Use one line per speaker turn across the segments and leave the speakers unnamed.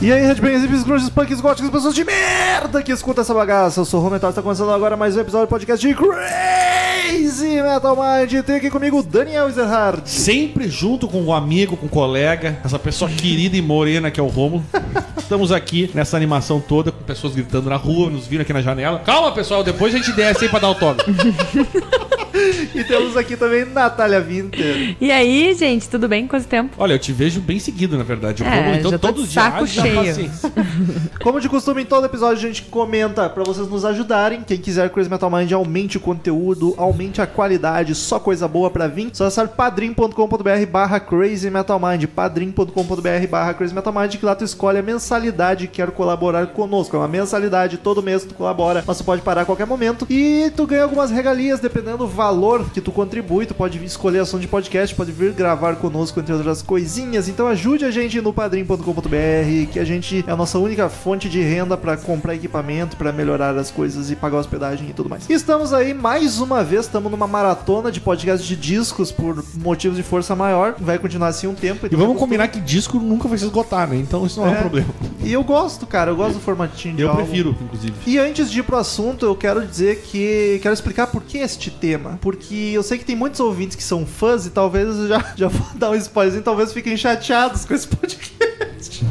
E aí, Redbangs, hippies, grunges, punks, góticos, pessoas de merda que escuta essa bagaça. Eu sou o Rô Metal, está começando agora mais um episódio do podcast de Crazy Metal Mind. Tem aqui comigo o Daniel Ezerhard.
Sempre junto com um amigo, com um colega, essa pessoa querida e morena que é o Romulo. Estamos aqui nessa animação toda, com pessoas gritando na rua, nos viram aqui na janela. Calma, pessoal, depois a gente desce aí pra dar autógrafo.
E temos aqui também Natália Winter.
E aí, gente, tudo bem? Quanto tempo?
Olha, eu te vejo bem seguido, na verdade. O
É,
Romulo, então,
já tô
todos
de
os dias
saco
haja
cheio.
paciência.
Como de costume, em todo episódio a gente comenta para vocês nos ajudarem. Quem quiser Crazy Metal Mind, aumente o conteúdo, aumente a qualidade, só coisa boa pra vir. Só acessar padrim.com.br barra Crazy Metal Mind, padrim.com.br barra Crazy Metal Mind, que lá tu escolhe a mensalidade que quer colaborar conosco. É uma mensalidade, todo mês tu colabora, mas tu pode parar a qualquer momento e tu ganha algumas regalias dependendo do valor que tu contribui. Tu pode escolher ação de podcast, pode vir gravar conosco, entre outras coisinhas. Então ajude a gente no padrim.com.br, que a gente é a nossa única fonte de renda pra comprar equipamento, pra melhorar as coisas e pagar hospedagem e tudo mais. Estamos aí mais uma vez, estamos numa maratona de podcast de discos por motivos de força maior. Vai continuar assim um tempo.
E vamos combinar que disco nunca vai se esgotar, né? Então isso não é,
É.
um problema.
E eu gosto, cara, eu gosto do formatinho de
Eu
álbum.
prefiro, inclusive.
E antes de ir pro assunto, eu quero dizer que. Quero explicar por que este tema. Porque eu sei que tem muitos ouvintes que são fãs e talvez eu já, já vou dar um spoilerzinho, talvez fiquem chateados com esse podcast.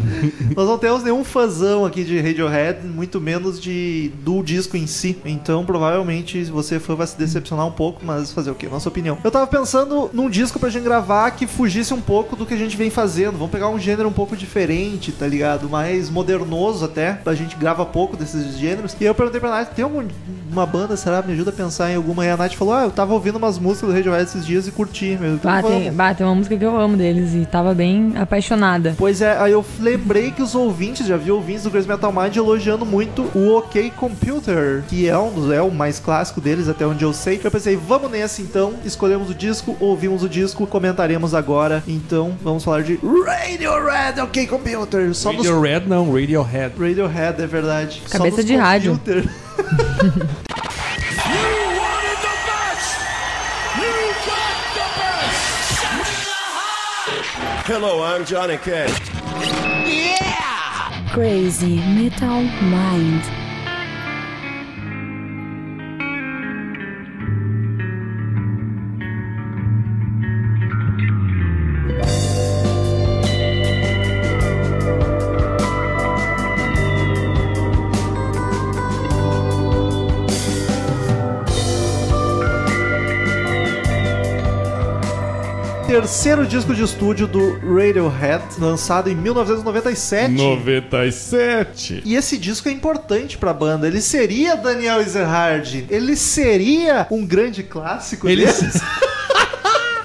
Nós não temos nenhum fãzão aqui de Radiohead, muito menos de do disco em si. Então, provavelmente, se você é fã, vai se decepcionar um pouco, mas fazer o quê? Nossa opinião. Eu tava pensando num disco pra gente gravar que fugisse um pouco do que a gente vem fazendo. Vamos pegar um gênero um pouco diferente, tá ligado? Mais modernoso até. A gente grava pouco desses gêneros. E eu perguntei pra Nath, tem alguma banda, será? Me ajuda a pensar em alguma. E a Nath falou, ah, eu tava ouvindo umas músicas do Radiohead esses dias e curti. Então, Eu,
Bah,
"Vamos."
Ah, tem, bah, tem uma música que eu amo deles e tava bem apaixonada.
Pois é, aí eu lembrei que os ouvintes, já vi ouvintes do Crazy Metal Mind elogiando muito o OK Computer, que é um dos é o mais clássico deles, até onde eu sei. Eu pensei, vamos nessa então, escolhemos o disco, ouvimos o disco, comentaremos agora. Então, vamos falar de Radiohead OK Computer, só nos
Radiohead não, Radiohead.
Radiohead, é verdade. Só
Cabeça
nos
de rádio.
computer.
Hello, I'm Johnny Cash.
Crazy Metal Mind.
Terceiro disco de estúdio do Radiohead, lançado em 1997.
97.
E esse disco é importante pra banda. Ele seria Daniel Ezerhard. Ele seria um grande clássico
Eles.
deles.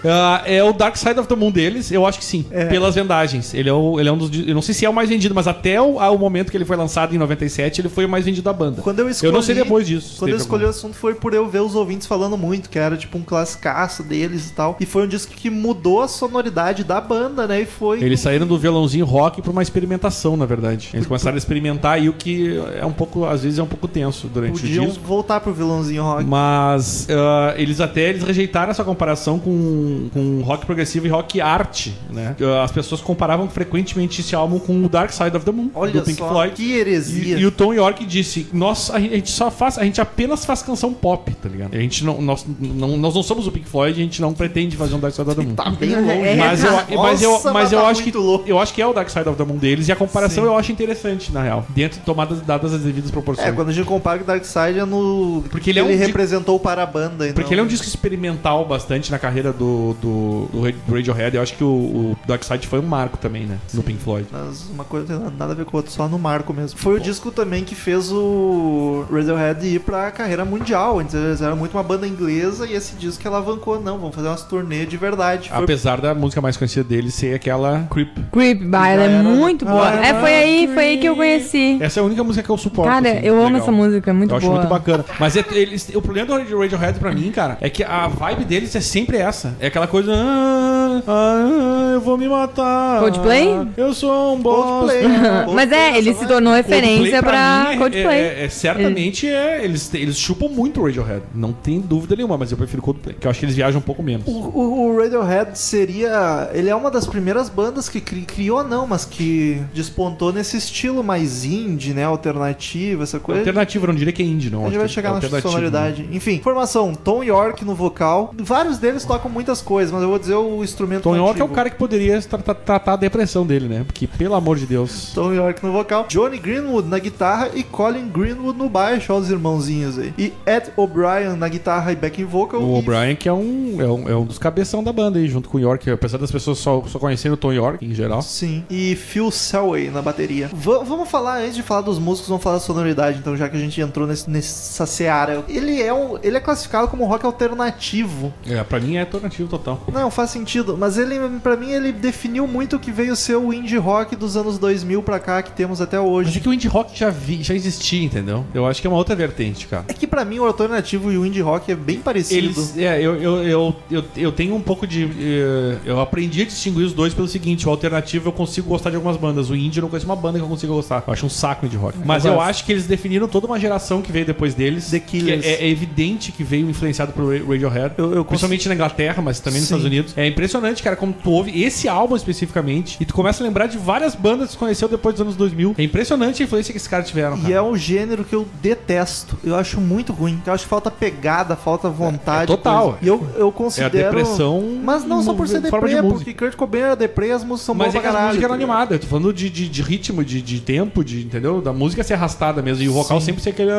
Ah, é o Dark Side of the Moon deles, eu acho que sim. Pelas vendagens. Ele é, o- ele é um dos. Eu não sei se é o mais vendido, mas até o, ao momento que ele foi lançado em 97, ele foi o mais vendido da banda.
Quando eu escolhi.
não sei depois disso, se
Quando eu
teve
escolhi
algum.
o assunto foi por eu ver os ouvintes falando muito, que era tipo um classicaço deles e tal. E foi um disco que mudou a sonoridade da banda, né? E foi.
Eles saíram do violãozinho rock pra uma experimentação, na verdade. Eles começaram a experimentar e o que é um pouco, às vezes é um pouco tenso durante o
podiam
disco.
voltar pro vilãozinho rock.
Mas ah, eles até eles rejeitaram essa comparação com, com rock progressivo e rock arte, né? Ah, as pessoas comparavam frequentemente esse álbum com o Dark Side of the Moon,
Olha
do Pink
só,
Floyd.
que
E,
heresia.
e o Tom York disse: Nós, a gente só faz, a gente apenas faz canção pop, tá ligado? A gente não, nós não, nós não somos o Pink Floyd, a gente não pretende fazer um Dark Side of the Moon.
Tá bem longe.
Mas eu, mas eu,
Nossa,
mas eu
tá
acho que
muito louco.
eu acho que é o Dark Side of the Moon deles e a comparação
Sim.
eu acho interessante na real, dentro tomadas dadas as devidas proporções.
É, quando a gente compara com o Dark Side é no.
Porque ele é um di-
representou para a banda. então, né? e
Porque
não-
ele é um disco experimental bastante na carreira do, do, do Ra- do Radiohead. Eu acho que o, o Dark Side foi um marco também, né? No Pink Floyd.
Mas uma coisa não tem nada a ver com a outra, só no marco mesmo. Foi o disco também que fez o Radiohead ir pra carreira mundial. Antes eles eram muito uma banda inglesa e esse disco que alavancou, não, vamos fazer umas turnê de verdade. Foi
Apesar da música mais conhecida dele ser aquela Creep.
Creep, bah, ela
Já
é
era, né?
muito boa.
Ah,
é, foi aí, foi aí que eu conheci.
Essa é a única música que eu suporto.
Cara,
assim,
eu amo
legal.
essa música, é muito
eu acho
boa.
muito bacana. Mas é- eles- o problema do Radiohead pra mim, cara, é que a vibe deles é sempre essa. É aquela coisa. Ah, ah, eu vou me matar.
Coldplay?
Eu sou um bosta.
Coldplay.
Mas é, ele se tornou referência pra
mim, é-
Coldplay.
É, é- certamente é. Eles, te- eles chupam muito o Radiohead. Não tem dúvida nenhuma, mas eu prefiro Coldplay. Que eu acho que eles viajam um pouco menos.
O, o- o Radiohead seria. Ele é uma das primeiras bandas que cri- criou, não, mas que despontou nesse estilo mais indie, né? Alternativo, essa coisa.
Alternativa, eu não diria que é indie, não.
A gente
acho
vai
que é né?
chegar na
alternativo,
sonoridade. Enfim, formação: Tom York no vocal. Vários deles tocam muitas coisas, mas eu vou dizer o instrumento.
Tom York é o
nativo.
cara que poderia tra- tra- tratar a depressão dele, né? Porque, pelo amor de Deus.
Tom York no vocal, Johnny Greenwood na guitarra e Colin Greenwood no baixo, ó, os irmãozinhos aí. E Ed O'Brien na guitarra e backing vocal.
O
e
O'Brien, que é um, é, um, é um dos cabeção da banda aí, junto com o York. Apesar das pessoas só, só conhecerem o Tom York em geral.
Sim. E Phil Selway na bateria. Va- vamos falar, antes de falar dos músicos, vamos falar da sonoridade, então, já que a gente entrou nesse- nessa seara. Ele é, um, ele é classificado como rock alternativo.
É, pra mim é alternativo total.
Não, faz sentido, mas ele, pra mim, ele definiu muito o que veio ser o indie rock dos anos 2000 pra cá, que temos até
Mas é
hoje.
que o indie rock já, vi, já existia, entendeu? Eu acho que é uma outra vertente, cara.
É que pra mim o alternativo e o indie rock é bem parecido.
Eles, é, eu, eu, eu, eu, eu tenho um pouco de. eh, Eu aprendi a distinguir os dois pelo seguinte: o alternativo eu consigo gostar de algumas bandas. O indie eu não conheço uma banda que eu consigo gostar. Eu acho um saco de rock. Mas eu
É, gosto.
acho que eles definiram toda uma geração que veio depois deles.
The Killers.
Que é, é evidente que veio influenciado pelo Ra- Radiohead.
Eu- eu
principalmente na Inglaterra, mas também nos
Sim.
Estados Unidos. É impressionante, cara, como tu ouve esse álbum especificamente e tu começa a lembrar de várias bandas que tu conheceu depois dos anos 2000. É impressionante a influência que esses caras tiveram.
E
Cara.
é um gênero que eu detesto. Eu acho muito ruim. Eu acho que falta pegada, falta vontade.
é total.
coisa. E eu, eu considero.
É depressão
Mas não só por ser
em forma de
deprê, é
música.
porque Kurt Cobain era deprê, as músicas são
Mas
boas
é que
pra
as
caralho.
músicas eram
tá ligado?
animadas, eu tô falando de, de, de ritmo, de, de tempo, de, entendeu? Da música ser arrastada mesmo. E o vocal sempre ser aquele.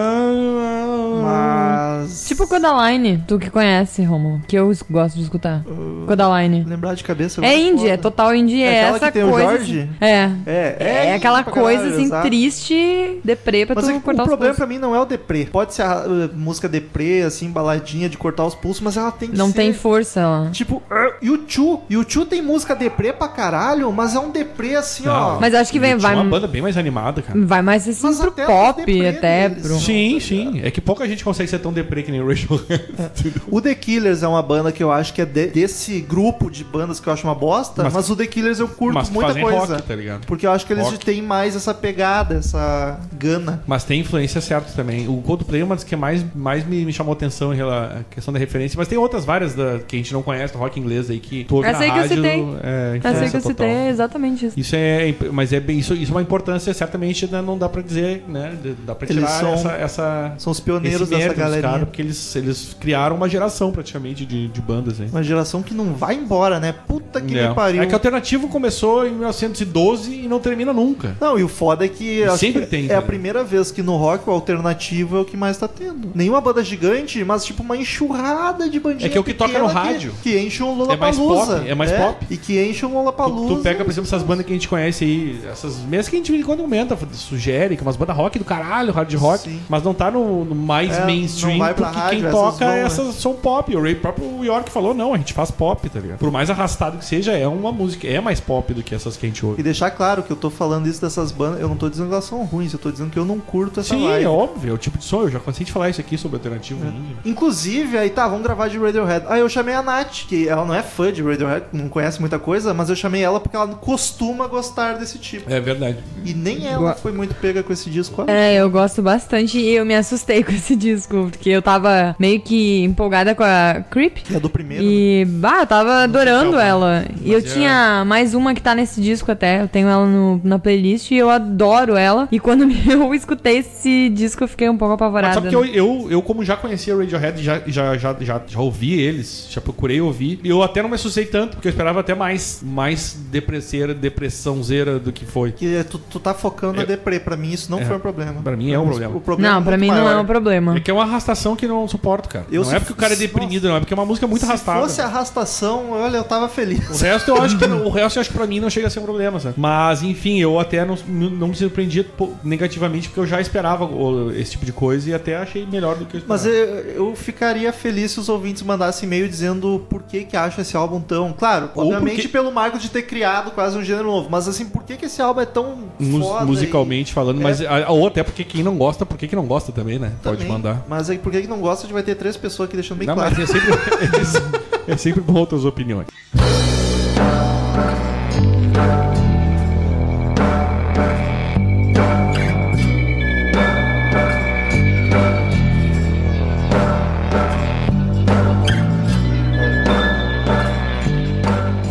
Mas.
Tipo Codaline, tu que conhece, Romulo, que eu es- gosto de escutar. Codaline.
Lembrar de cabeça. eu
É
acho
indie,
Uh, foda.
é total indie, é,
É aquela
essa
que tem o
coisa.
Jorge?
assim. É.
É,
É,
é,
aquela
indie pra
coisa
caralho,
assim,
exato.
triste, deprê pra
Mas é
tu
que
cortar
o
os
problema
pulsos.
pra mim não é o deprê. Pode ser a uh, música deprê, assim, baladinha de cortar os pulsos, mas ela tem que
Não
ser.
tem força lá.
Tipo, uh, YouTube. YouTube tem música deprê pra caralho, mas é um deprê assim, ó.
Mas acho que vem-
Tinha
vai-
uma banda bem mais animada, cara.
Vai mais assim
Mas
pro
até
pop,
deprê
até
deles.
pro.
Sim, sim. É que pouca gente consegue ser tão deprê que nem o Rachel.
O The Killers é uma banda que eu acho que é de- desse grupo de bandas que eu acho uma bosta, mas,
Mas-
o The Killers eu curto
mas
muita
fazem
coisa.
rock, tá ligado?
Porque eu acho que eles
Rock.
têm mais essa pegada, essa gana.
Mas tem influência certa também. O Coldplay é uma das que mais, mais me, me chamou atenção em relação à questão da referência. Mas tem outras várias da- que a gente não conhece, do rock inglês aí, que tu ouve
Essa
na
aí que eu
rádio,
citei.
É,
Essa aí que
influência
eu citei
total.
é exatamente isso.
Isso é, imp- mas é bem, isso, isso é uma importância, certamente né, não dá pra dizer, né? de- Dá pra
Eles
tirar
são-
essa, essa
São os
esse
pioneiros dessa
mérito dos
galerinha.
caras, porque eles, eles criaram uma geração praticamente de, de bandas, hein?
Uma geração que não vai embora, né? Puta que
é.
me pariu.
É que o alternativo começou em 1912 e não termina nunca.
Não, e o foda é que, acho
sempre
que
tem,
é a
né?
primeira vez que no rock o alternativo é o que mais tá tendo. Nenhuma banda gigante, mas tipo uma enxurrada de bandinha
É que é o que toca
pequena
no
que-
rádio.
Que, enche um Lollapalooza. né?
É mais pop, é mais pop.
E que enche um
Tu,
Lollapalooza.
tu pega, por exemplo, essas bandas que a gente conhece aí, essas mesmo que a gente de vez em quando aumenta, sugere, que é umas bandas rock do caralho, hard rock,
Sim.
mas não tá no, no mais
É, não
mainstream,
vai pra
porque
rádio,
quem
essas
toca é
vão, né?
essas são pop. O Ray, próprio York falou, não, a gente faz pop, tá ligado? Por mais arrastado que seja, é uma música, é mais pop do que essas que a gente ouve.
E deixar claro que eu tô falando isso dessas bandas, eu não tô dizendo que elas são ruins, eu tô dizendo que eu não curto essa
Sim,
vibe. É.
é óbvio, é o tipo de som, eu já cansei de falar isso aqui sobre alternativo indie. né?
Inclusive, aí tá, vamos gravar de Radiohead. Aí eu chamei a Nath, que ela não é fã de Radiohead, não conhece muita coisa, mas eu chamei ela porque ela não costuma gostar desse tipo.
É verdade.
E nem ela foi muito pega com esse disco.
É, eu gosto bastante e eu me assustei com esse disco, porque eu tava meio que empolgada com a Creep.
É do primeiro. né?
E, bah, eu tava adorando
álbum,
ela. E eu
mas é-
tinha mais uma que tá nesse disco até. Eu tenho ela no- na playlist e eu adoro ela. E quando eu escutei esse disco, eu fiquei um pouco
Mas
apavorada.
sabe que eu, eu, eu, como já conhecia o Radiohead, já, já, já, já, já ouvi eles, já procurei ouvir. E eu até não me assustei tanto, porque eu esperava até mais, mais depresseira, depressãozeira do que foi.
Que é, tu, tu tá focando na
Eu-
deprê, pra mim isso não
É.
foi um problema.
Pra mim é um
Mas
problema.
O problema
Não, pra mim não é um problema.
É que é uma arrastação que eu não suporto, cara.
Eu
não
se-
é porque o cara é deprimido, não. É porque é uma música muito
Se
arrastada.
fosse arrastação, olha, eu tava feliz.
O resto eu acho que o resto eu acho que pra mim não chega a ser um problema, sabe? Mas enfim, eu até não, não me surpreendi po- negativamente porque eu já esperava o- esse tipo de coisa e até achei melhor do que eu esperava.
Mas eu, eu ficaria feliz se os ouvintes mandassem e-mail dizendo por que que acham esse álbum tão... Claro,
Ou
obviamente
porque-
pelo marco de ter criado quase um gênero novo, mas assim, por que que esse álbum é tão
Mus-
foda
musicalmente falando, mas a- ou até porque quem não gosta, por que que não gosta também, né?
e-
Pode
também?
mandar.
Mas aí por que que não gosta, a gente vai ter três pessoas aqui deixando bem
Não,
claro.
mas é sempre- É sempre com outras opiniões.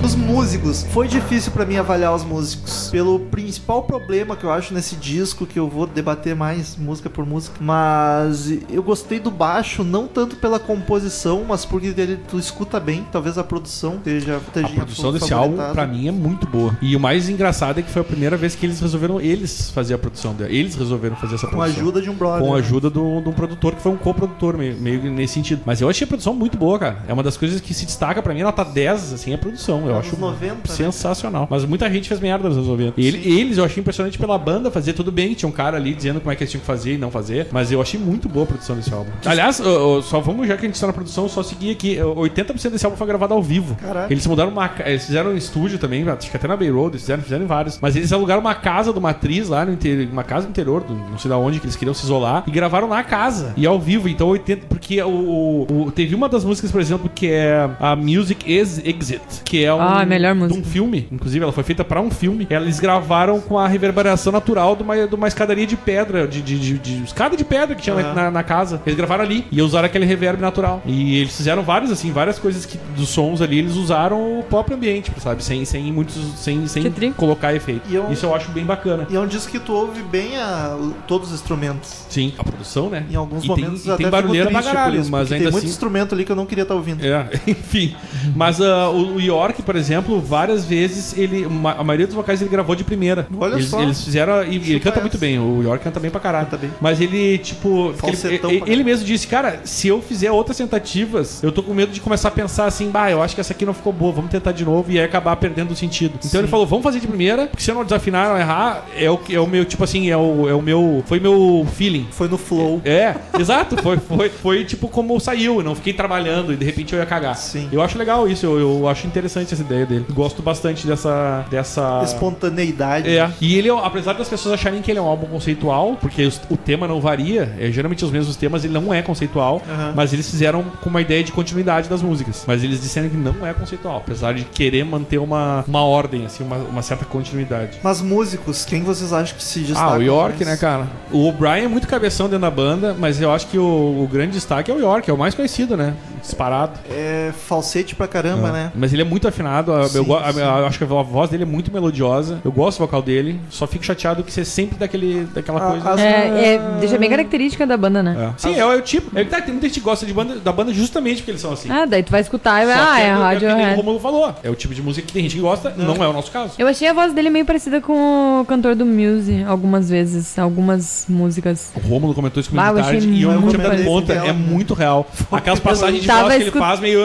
Os músicos. Foi difícil pra mim avaliar os músicos. Pelo principal problema que eu acho nesse disco, que eu vou debater mais música por música. Mas eu gostei do baixo, não tanto pela composição, mas porque ele tu escuta bem. Talvez a produção esteja.
A produção desse álbum, pra
né?
mim, é muito boa. E o mais engraçado é que foi a primeira vez que eles resolveram, eles fazer a produção dela. Eles resolveram fazer essa
Com a
produção.
ajuda de um brother.
Com a ajuda de um, de um produtor que foi um coprodutor, meio, meio que nesse sentido. Mas eu achei a produção muito boa, cara. É uma das coisas que se destaca pra mim, ela tá 10, assim, é a produção. Eu
Anos
acho
90, né?
sensacional. Mas muita gente fez merda resolvendo. Ele, eles eu achei impressionante pela banda fazer tudo bem. Tinha um cara ali dizendo como é que eles tinham que fazer e não fazer. Mas eu achei muito boa a produção desse álbum. Aliás, ô, ô, só vamos, já que a gente tá na produção, só seguir aqui. Ô, 80% desse álbum foi gravado ao vivo.
Caralho.
Eles mudaram uma. ca- Eles fizeram um estúdio também, acho que até na Bay Road, eles fizeram, fizeram em vários. Mas eles alugaram uma casa de uma atriz lá no interior, uma casa do interior, do- não sei da onde, que eles queriam se isolar, e gravaram na casa. E ao vivo, então 80. Porque o, o- o- teve uma das músicas, por exemplo, que é a Music is Exit, que é um,
Ah, a melhor
de um
música.
filme. Inclusive, ela foi feita pra um filme. Eles gravaram com a reverberação natural de uma, de uma escadaria de pedra, de, de, de- de- escada de pedra que tinha na-
Aham.
na, na casa. Eles gravaram ali e usaram aquele reverb natural. E eles fizeram vários, assim, várias coisas que, dos sons ali, eles usaram o próprio ambiente, sabe? Sem, sem muitos. Sem, sem
Que tri.
colocar efeito.
E eu-
Isso eu acho bem bacana.
E é um disco que tu ouve bem a- todos os instrumentos.
Sim, a produção, né?
Em alguns
E tem-
momentos
e tem,
até fico
barulheira pra
triste por
caralho,
isso,
mas
porque
ainda
tem
assim.
muito instrumento ali que eu não queria estar ouvindo.
É, enfim. Mas ah, o, o York, por exemplo, várias vezes ele. ma- a maioria dos vocais ele gravou de primeira.
Olha
eles,
só.
Eles fizeram. E, ele
Chupa
canta
essa.
muito bem. O York canta bem pra caralho.
Canta bem.
Mas ele, tipo. porque Ele,
Falsetão
ele-
pra
ele mesmo disse, cara, se eu fizer outras tentativas, eu tô com medo de começar a pensar assim, bah, eu acho que essa aqui não ficou boa, vamos tentar de novo e aí acabar perdendo o sentido. Então ele falou, vamos fazer de primeira, porque se eu não desafinar, não errar, é o, que- é o meu, tipo assim, é o, é o meu. Foi meu feeling.
Foi no flow.
É, exato. Foi, foi, foi tipo como saiu. Eu não fiquei trabalhando e de repente eu ia cagar.
Sim.
Eu acho legal isso. Eu, eu acho interessante essa ideia dele. Gosto bastante dessa. dessa...
Espontaneidade.
É, e ele, é um- apesar das pessoas acharem que ele é um álbum conceitual, porque os- o tema não varia, é, geralmente os mesmos temas, ele não é conceitual,
Aham.
mas eles fizeram com uma ideia de continuidade das músicas. Mas eles disseram que não é conceitual, apesar de querer manter uma, uma ordem, assim, uma, uma certa continuidade.
Mas músicos, quem vocês acham que se destacam?
Ah, o York,
mais?
né, cara? O O'Brien é muito cabeção dentro da banda, mas eu acho que o, o grande destaque é o York, é o mais conhecido, né? Disparado.
É falsete pra caramba, né?
Mas ele é muito afinado, a-
Sim,
eu, go- a-
sim.
eu acho que a voz dele é muito melodiosa. Eu gosto do vocal dele, só fico chateado que você é sempre daquele, daquela
A-
coisa.
as-
É, é, deixa bem característica da banda,
É.
né?
Sim, é, o- é o tipo. É, que tá, tem muita gente que gosta de banda, da banda justamente porque eles são assim.
Ah, daí tu vai escutar e vai,
Só que
ah,
o- que
é
nem O
Radiohead.
Romulo falou. É o tipo de música que tem gente que gosta, não, é o nosso caso.
Eu achei a voz dele meio parecida com o cantor do Muse algumas vezes, algumas músicas.
O Romulo comentou isso
Bah,
comigo
eu
de
achei
tarde e eu não
muito
tinha me dado
parecido
conta.
dela.
É muito real. Aquelas passagens de
Tava
voz que ele
escut-
faz meio.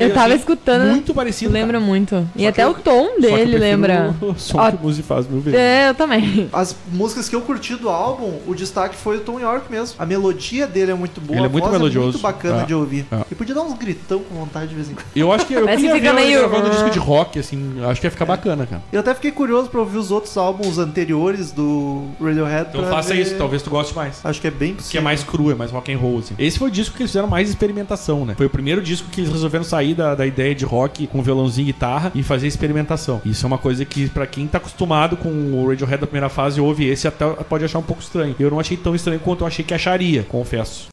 Eu tava
escutando.
escutando,
Muito parecido.
lembra
cara.
muito. E
Só
até
que eu-
o tom
Só que eu
dele
prefiro
lembra.
O som
Ó,
que o Muzi faz, meu velho.
É, eu também.
As músicas que eu curti do álbum, o destaque foi o Tom York mesmo. A melodia dele é muito boa,
Ele é
a
muito
voz é
melodioso.
muito bacana
É,
de ouvir.
é.
E podia dar uns gritão com vontade de vez em quando.
Eu acho que eu
Parece
queria
que
ver
fica
ele
meio-
gravando um disco de rock, assim. eu Acho que ia ficar bacana, cara.
Eu até fiquei curioso pra ouvir os outros álbuns anteriores do Radiohead.
Então
pra
faça
ver-
isso, talvez tu goste mais.
Acho que é bem possível.
Que é mais cru, é mais rock and roll, assim. Esse foi o disco que eles fizeram mais experimentação, né? Foi o primeiro disco que eles resolveram sair da, da ideia de rock com violãozinho e guitarra e fazer experimentação. Isso é uma coisa que, pra quem tá acostumado com o Radiohead da primeira fase, ouve esse até pode achar um pouco estranho. Eu não achei tão estranho quanto eu achei que acharia, confesso.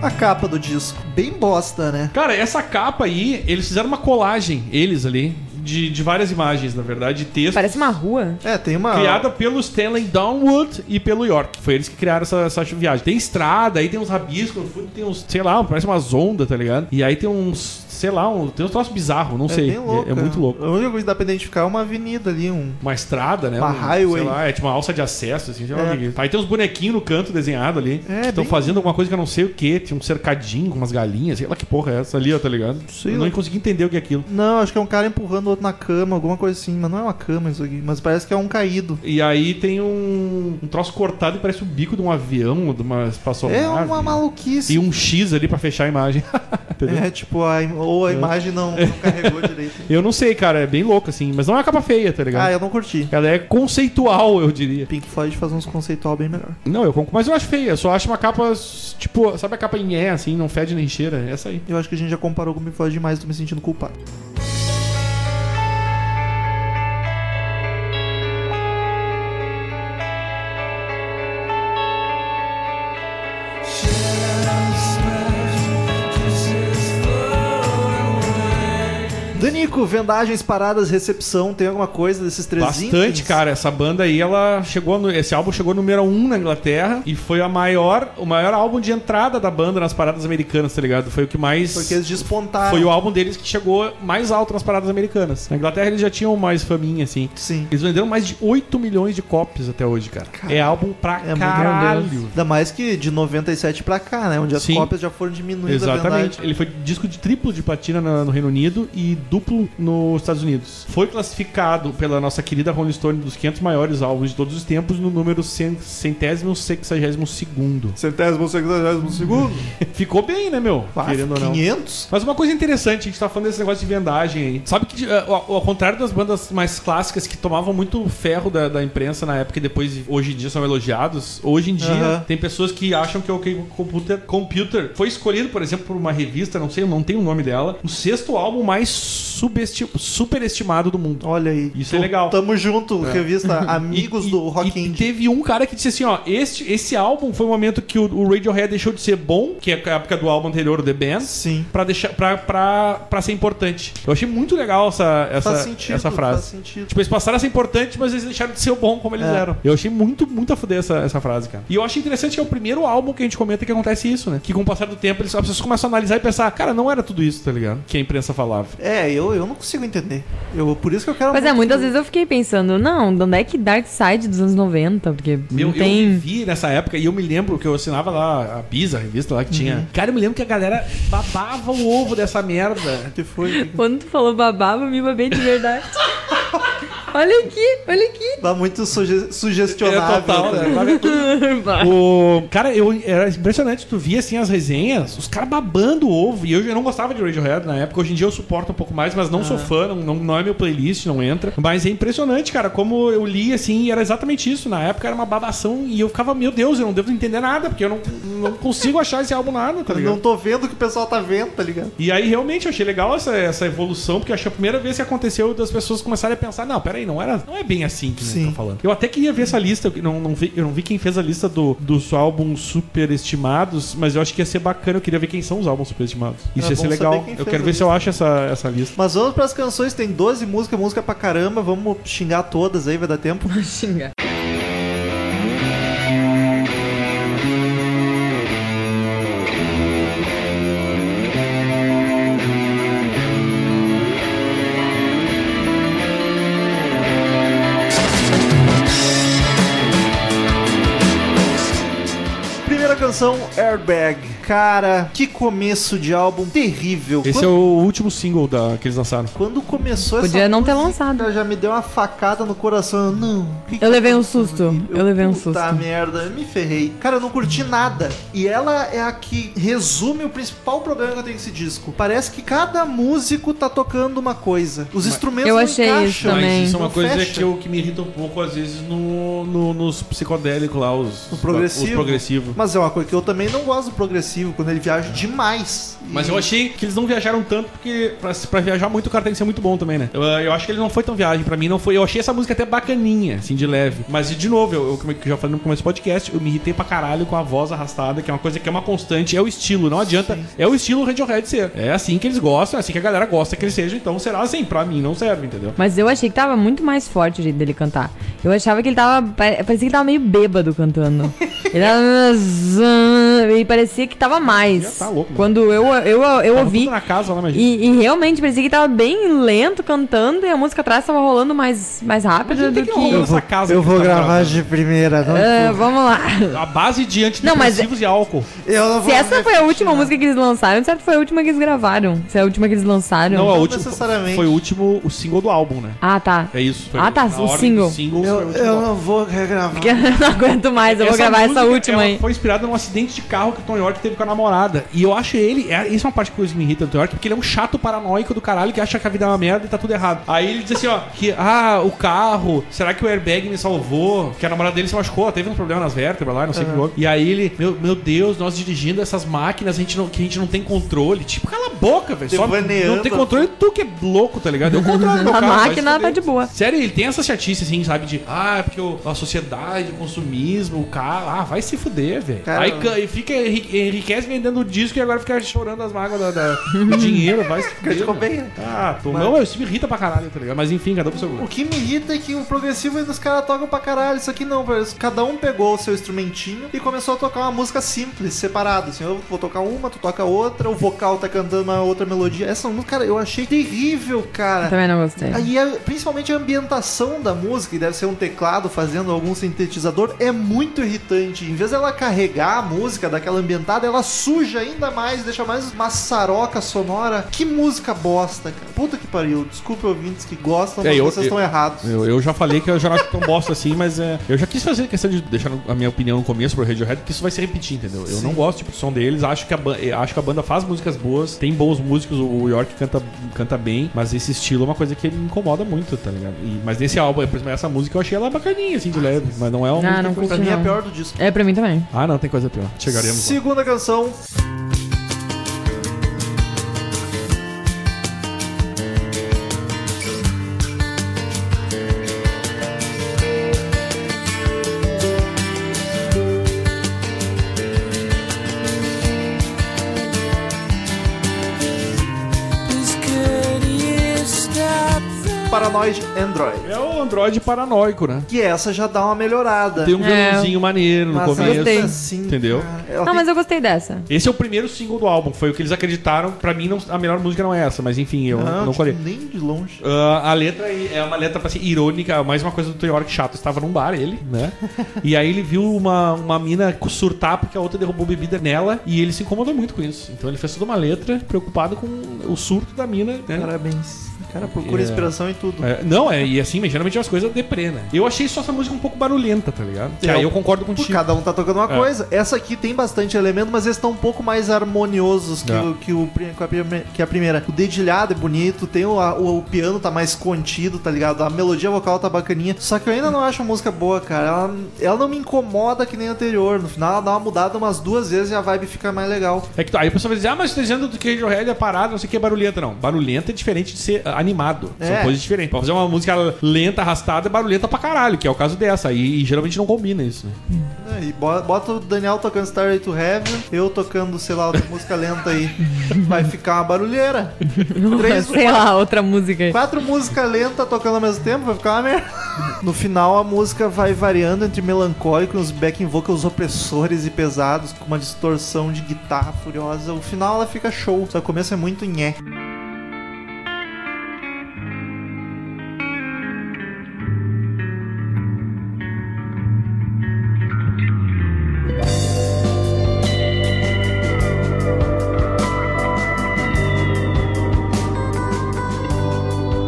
A capa do disco, bem bosta, né?
Cara, essa capa aí, eles fizeram uma colagem, eles ali, de, de várias imagens, na verdade, de texto.
Parece uma rua.
É, tem uma.
Criada pelo Stanley Downwood e pelo York. Foi eles que criaram essa, essa viagem. Tem estrada, aí tem uns rabiscos, no fundo tem uns, sei lá, parece umas ondas, tá ligado? E aí tem uns, sei lá, um, tem uns troços bizarros, não
é
sei.
Bem louca.
É, é muito louco.
A única coisa que dá pra identificar é uma avenida ali, um.
Uma estrada, né?
Uma highway.
Sei lá, é tipo uma alça de acesso, assim, sei lá.
É.
o que que é. Aí tem uns bonequinhos no canto desenhado ali.
É,
Estão
bem-
fazendo alguma coisa que eu não sei o que. Tinha um cercadinho com umas galinhas, sei lá que porra é essa ali, ó, tá ligado?
Sei
eu
lá.
não consegui entender o que é aquilo.
Não, acho que é um cara empurrando o outro na cama, alguma coisa assim. Mas não é uma cama isso aqui. Mas parece que é um caído.
E aí tem um, um troço cortado e parece o bico de um avião, de uma espaçonave.
É uma É maluquice.
E um X ali pra fechar a imagem. entendeu?
É, tipo, a im- ou a imagem não, não carregou direito.
Eu não sei, cara, é bem louco assim, mas não é uma capa feia, tá ligado?
Ah, eu não curti.
Ela é conceitual, eu diria.
Pink Floyd faz uns conceitual bem melhor.
Não, eu concordo, mas eu acho feia, eu só acho uma capa, tipo, sabe a capa em é, assim, não fede nem cheira, é essa aí.
Eu acho que a gente já comparou com o Pink Floyd demais, tô me sentindo culpado. Danico, vendagens, paradas, recepção, tem alguma coisa desses três
Bastante,
itens?
cara. Essa banda aí, ela chegou no, esse álbum chegou número 1 um na Inglaterra e foi a maior, o maior álbum de entrada da banda nas paradas americanas, tá ligado? Foi o que mais
Porque eles despontaram.
foi o álbum deles que chegou mais alto nas paradas americanas. Na Inglaterra eles já tinham mais faminha assim.
Sim.
Eles venderam mais de 8 milhões de cópias até hoje, cara. é álbum pra
É muito grande.
caralho.
Ainda mais que de 97 pra cá, né? Onde as
Sim.
cópias já foram diminuindo a
Exatamente.
vendagem.
Ele foi disco de triplo de platina na- no Reino Unido e duplo nos Estados Unidos. Foi classificado pela nossa querida Rolling Stone um dos 500 maiores álbuns de todos os tempos no número cen- centésimo sexagésimo segundo.
Centésimo, sexagésimo segundo?
Ficou bem, né, meu? Querendo ou não.
500?
Mas uma coisa interessante, a gente tá falando desse negócio de vendagem aí. Sabe que, eh, ao ao contrário das bandas mais clássicas que tomavam muito ferro da, da imprensa na época e depois, hoje em dia, são elogiados, hoje em dia
Aham.
tem pessoas que acham que o OK Computer, Computer foi escolhido, por exemplo, por uma revista, não sei, eu não tenho o nome dela, o sexto álbum mais subesti- superestimado do mundo.
Olha aí.
Isso é legal.
Tamo junto, revista Amigos
E- e-
do Rock
e
Indie.
teve um cara que disse assim, ó, este, esse álbum foi o momento que o, o Radiohead deixou de ser bom, que é a época do álbum anterior, o The Band,
Sim.
pra deixar para para ser importante. Eu achei muito legal essa essa
faz sentido,
essa
faz
frase.
sentido.
Tipo, eles passaram a ser importante, mas eles deixaram de ser o bom como eles
É.
eram. Eu achei muito, muito a fuder essa, essa frase, cara. E eu acho interessante que é o primeiro álbum que a gente comenta que acontece isso, né? Que com o passar do tempo eles, as pessoas começam a analisar e pensar, cara, não era tudo isso, tá ligado? Que a imprensa falava.
É, eu, eu não consigo entender. Eu, por isso que eu quero...
Pois é, muitas vezes eu fiquei pensando, não, de onde é que Dark Side dos anos 90? Porque
Meu,
não
eu
tem.
vivi nessa época e eu me lembro que eu assinava lá a Biza, a revista lá que tinha.
Uhum.
Cara, eu me lembro que a galera babava o ovo dessa merda.
que foi.
Quando tu falou babava, eu me babei de verdade. olha aqui, olha aqui.
Dá Tá muito suge sugestionável.
É,
tá ligado?
Babava tudo. O... Cara, eu... era impressionante. Tu via assim as resenhas, os caras babando o ovo. E eu já não gostava de Radiohead na época. Hoje em dia eu suporto um pouco mais, mas não
Ah.
sou fã, não, não, não é meu playlist, não entra. Mas é impressionante, cara, como eu li assim, e era exatamente isso. Na época era uma babação e eu ficava, meu Deus, eu não devo entender nada, porque eu não, não consigo achar esse álbum nada, tá
Eu
ligado?
não tô vendo o que o pessoal tá vendo, tá ligado?
E aí, realmente, eu achei legal essa, essa evolução, porque eu achei a primeira vez que aconteceu das pessoas começarem a pensar, não, peraí, não, era, não é bem assim que
Sim.
estão falando. Eu até queria ver essa lista, eu não, não vi, eu não vi quem fez a lista do, dos álbuns superestimados, mas eu acho que ia ser bacana, eu queria ver quem são os álbuns superestimados. Isso
É
ia ser
bom
legal.
saber quem
Eu
fez
quero
a
ver se eu acho essa, essa lista.
Mas vamos pras canções, tem 12 músicas, música pra caramba, vamos xingar todas aí, vai dar tempo.
Xinga.
Primeira canção, Airbag. Cara, que começo de álbum terrível.
Esse é o último single da, que eles lançaram.
Quando começou
Podia
essa
não ter
música,
lançado.
Já me deu uma facada no coração. Eu, não. o que que
Eu levei
tá
um susto,
acontecendo aqui?
eu levei um
Puta
susto.
merda, eu me ferrei. Cara, eu não curti nada. E ela é a que resume o principal problema que eu tenho com esse disco. Parece que cada músico tá tocando uma coisa. Os instrumentos
eu
não
achei
encaixam.
isso também.
Mas isso é uma
Não
coisa
fecha.
que, eu, que me irrita um pouco, às vezes, no, no- nos psicodélicos lá, os,
O progressivo.
os progressivo.
Mas é uma coisa que eu também não gosto do progressivo, quando ele viaja demais.
Mas
E-
eu achei que eles não viajaram tanto, porque pra, pra viajar muito o cara tem que ser muito bom também, né? Eu, eu acho que ele não foi tão viagem, pra mim não foi. Eu achei essa música até bacaninha, assim, de leve. Mas, de novo, eu, eu como eu já falei no começo do podcast, eu me irritei pra caralho com a voz arrastada, que é uma coisa que é uma constante, é o estilo, não adianta. É o estilo Radiohead ser. É assim que eles gostam, é assim que a galera gosta que eles sejam, então será assim, pra mim não serve, entendeu?
Mas eu achei que tava muito mais forte o jeito dele cantar. Eu achava que ele tava. pare- Parecia que ele tava meio bêbado cantando. Ele tava. E parecia que tava mais.
Já tá louco, mano.
Quando eu, eu, eu
Tava
ouvi.
tudo na casa lá, imagina.
E, e realmente parecia que tava bem lento cantando e a música atrás tava rolando mais, mais rápido do que.
rolou nessa casa que tá gravando.
de primeira, não.
Ah, vamos lá.
A base de
Não, mas-
antidepressivos e álcool.
Eu não
Se
vou
né?
essa foi a
repetir,
última
não.
música que eles lançaram, certo? Foi a última que eles gravaram. Se é a última que eles lançaram.
Não, a
Não
última.
necessariamente.
Foi o último o single do álbum, né?
Ah, tá.
É isso. foi
Ah, tá,
na
o
ordem
single.
dos singles foi o
Eu,
último
eu
álbum.
não vou regravar.
é Porque eu não aguento mais, eu vou gravar essa
música,
última
ela
aí.
Foi inspirada num acidente de carro que o Tom York teve com a namorada. E eu acho ele. É, isso é uma parte coisa que me irrita do New York, porque ele é um chato paranoico do caralho que acha que a vida é uma merda e tá tudo errado. Aí ele diz assim, ó, que ah, o carro, será que o airbag me salvou? Que a namorada dele se machucou, teve um problema nas vértebras lá, não sei o que houve. E aí ele, meu, meu Deus, nós dirigindo essas máquinas, a gente não, que a gente não tem controle. Tipo, cala a boca, velho. Só
Devaneando.
não tem controle, tu que é louco, tá ligado? Eu controlo meu
A
carro. é vai se
máquina
fuder.
tá de boa.
Sério, ele tem essa chatice, assim, sabe? De, ah, porque o- a sociedade, o consumismo, o carro. Ah, vai se fuder, velho.
Cara,
Aí ca- e fica, enri- enriquece vendendo disco e agora fica chorando as mágoas da- da- do dinheiro. Vai se fuder.
Criticou
velho.
bem, né?
Ah, pô, não, isso me irrita pra caralho, tá ligado? Mas enfim, cada um pro seu
O
lugar.
que me irrita é que o progressivo ainda os caras tocam pra caralho. Isso aqui não, velho. Cada um pegou o seu instrumentinho e começou a tocar uma música simples, separado. Assim, eu vou tocar uma, tu toca outra, o vocal tá cantando uma outra melodia. Essa música, cara, eu achei terrível, cara.
Também não
É.
gostei.
Aí, a- principalmente a ambientação da música, e deve ser um teclado fazendo algum sintetizador, é muito irritante. Em vez dela carregar a música daquela ambientada, ela suja ainda mais, deixa mais maçaroca sonora. Que música bosta, cara. Puta que pariu. Desculpa, ouvintes que gostam,
É,
mas
eu-
vocês
eu-
estão errados.
Eu, eu já falei que eu já não acho tão bosta assim, mas é, eu já quis fazer questão de deixar a minha opinião no começo pro Radiohead, porque isso vai se repetir, entendeu? Eu não gosto tipo, do som deles, acho que, a, ba- eh, acho que a banda faz músicas boas, tem bons músicos, o York canta, canta bem, mas esse estilo é uma coisa que me incomoda muito, tá ligado? E- mas nesse álbum, por exemplo, essa música eu achei ela bacaninha, assim, de leve, mas não é uma
Ah,
música
não
que eu-
pra mim é a
não.
pior do disco.
É, pra mim também.
Ah, não, tem coisa pior. Chegaremos lá.
Segunda canção. Paranoid Android.
É o Android paranoico, né?
Que essa já dá uma melhorada.
Tem um
É.
violãozinho maneiro no
Mas
começo.
ainda assim,
Entendeu?
cara, ela
Não,
tem-
mas eu gostei dessa.
Esse é o primeiro single do álbum, foi o que eles acreditaram. Pra mim, não- a melhor música não é essa, mas enfim, eu não,
Não,
não colhei.
tipo, nem de longe.
Ah, a letra aí é uma letra pra ser irônica, mais uma coisa do Tony York chato. Estava num bar, ele, né? e aí ele viu uma, uma mina surtar porque a outra derrubou bebida nela e ele se incomodou muito com isso. Então ele fez toda uma letra preocupado com o surto da mina, né?
Parabéns. Cara, procura
É.
inspiração em tudo.
É, não, é, e assim, geralmente as coisas deprê, né? Eu achei só essa música um pouco barulhenta, tá ligado? Que
É,
aí eu concordo
Pô,
contigo.
cada um tá tocando uma
É.
coisa. Essa aqui tem bastante elemento, mas eles estão um pouco mais harmoniosos que,
É.
o, que, o pri- que a prime- que a primeira. O dedilhado é bonito, tem o, a- o, o piano tá mais contido, tá ligado? A melodia vocal tá bacaninha. Só que eu ainda não acho a música boa, cara. Ela, ela não me incomoda que nem a anterior. No final ela dá uma mudada umas duas vezes e a vibe fica mais legal.
É que tu- aí a pessoa vai dizer, ah, mas você tá dizendo que Radiohead é parado, não sei o que é barulhenta, não. Barulhenta é diferente de ser ah, animado.
É.
São coisas diferentes. Pra fazer uma música lenta, arrastada, é barulhenta pra caralho, que é o caso dessa. E, e geralmente não combina isso, né?
É, E bo- bota o Daniel tocando Starry to Heaven, eu tocando, sei lá, outra música lenta aí. Vai ficar uma barulheira. Três,
Sei lá, outra música aí.
Quatro músicas lentas tocando ao mesmo tempo, vai ficar uma merda. No final, a música vai variando entre melancólico e uns backing vocals opressores e pesados, com uma distorção de guitarra furiosa. O final, ela fica show, só o começo é muito nhé.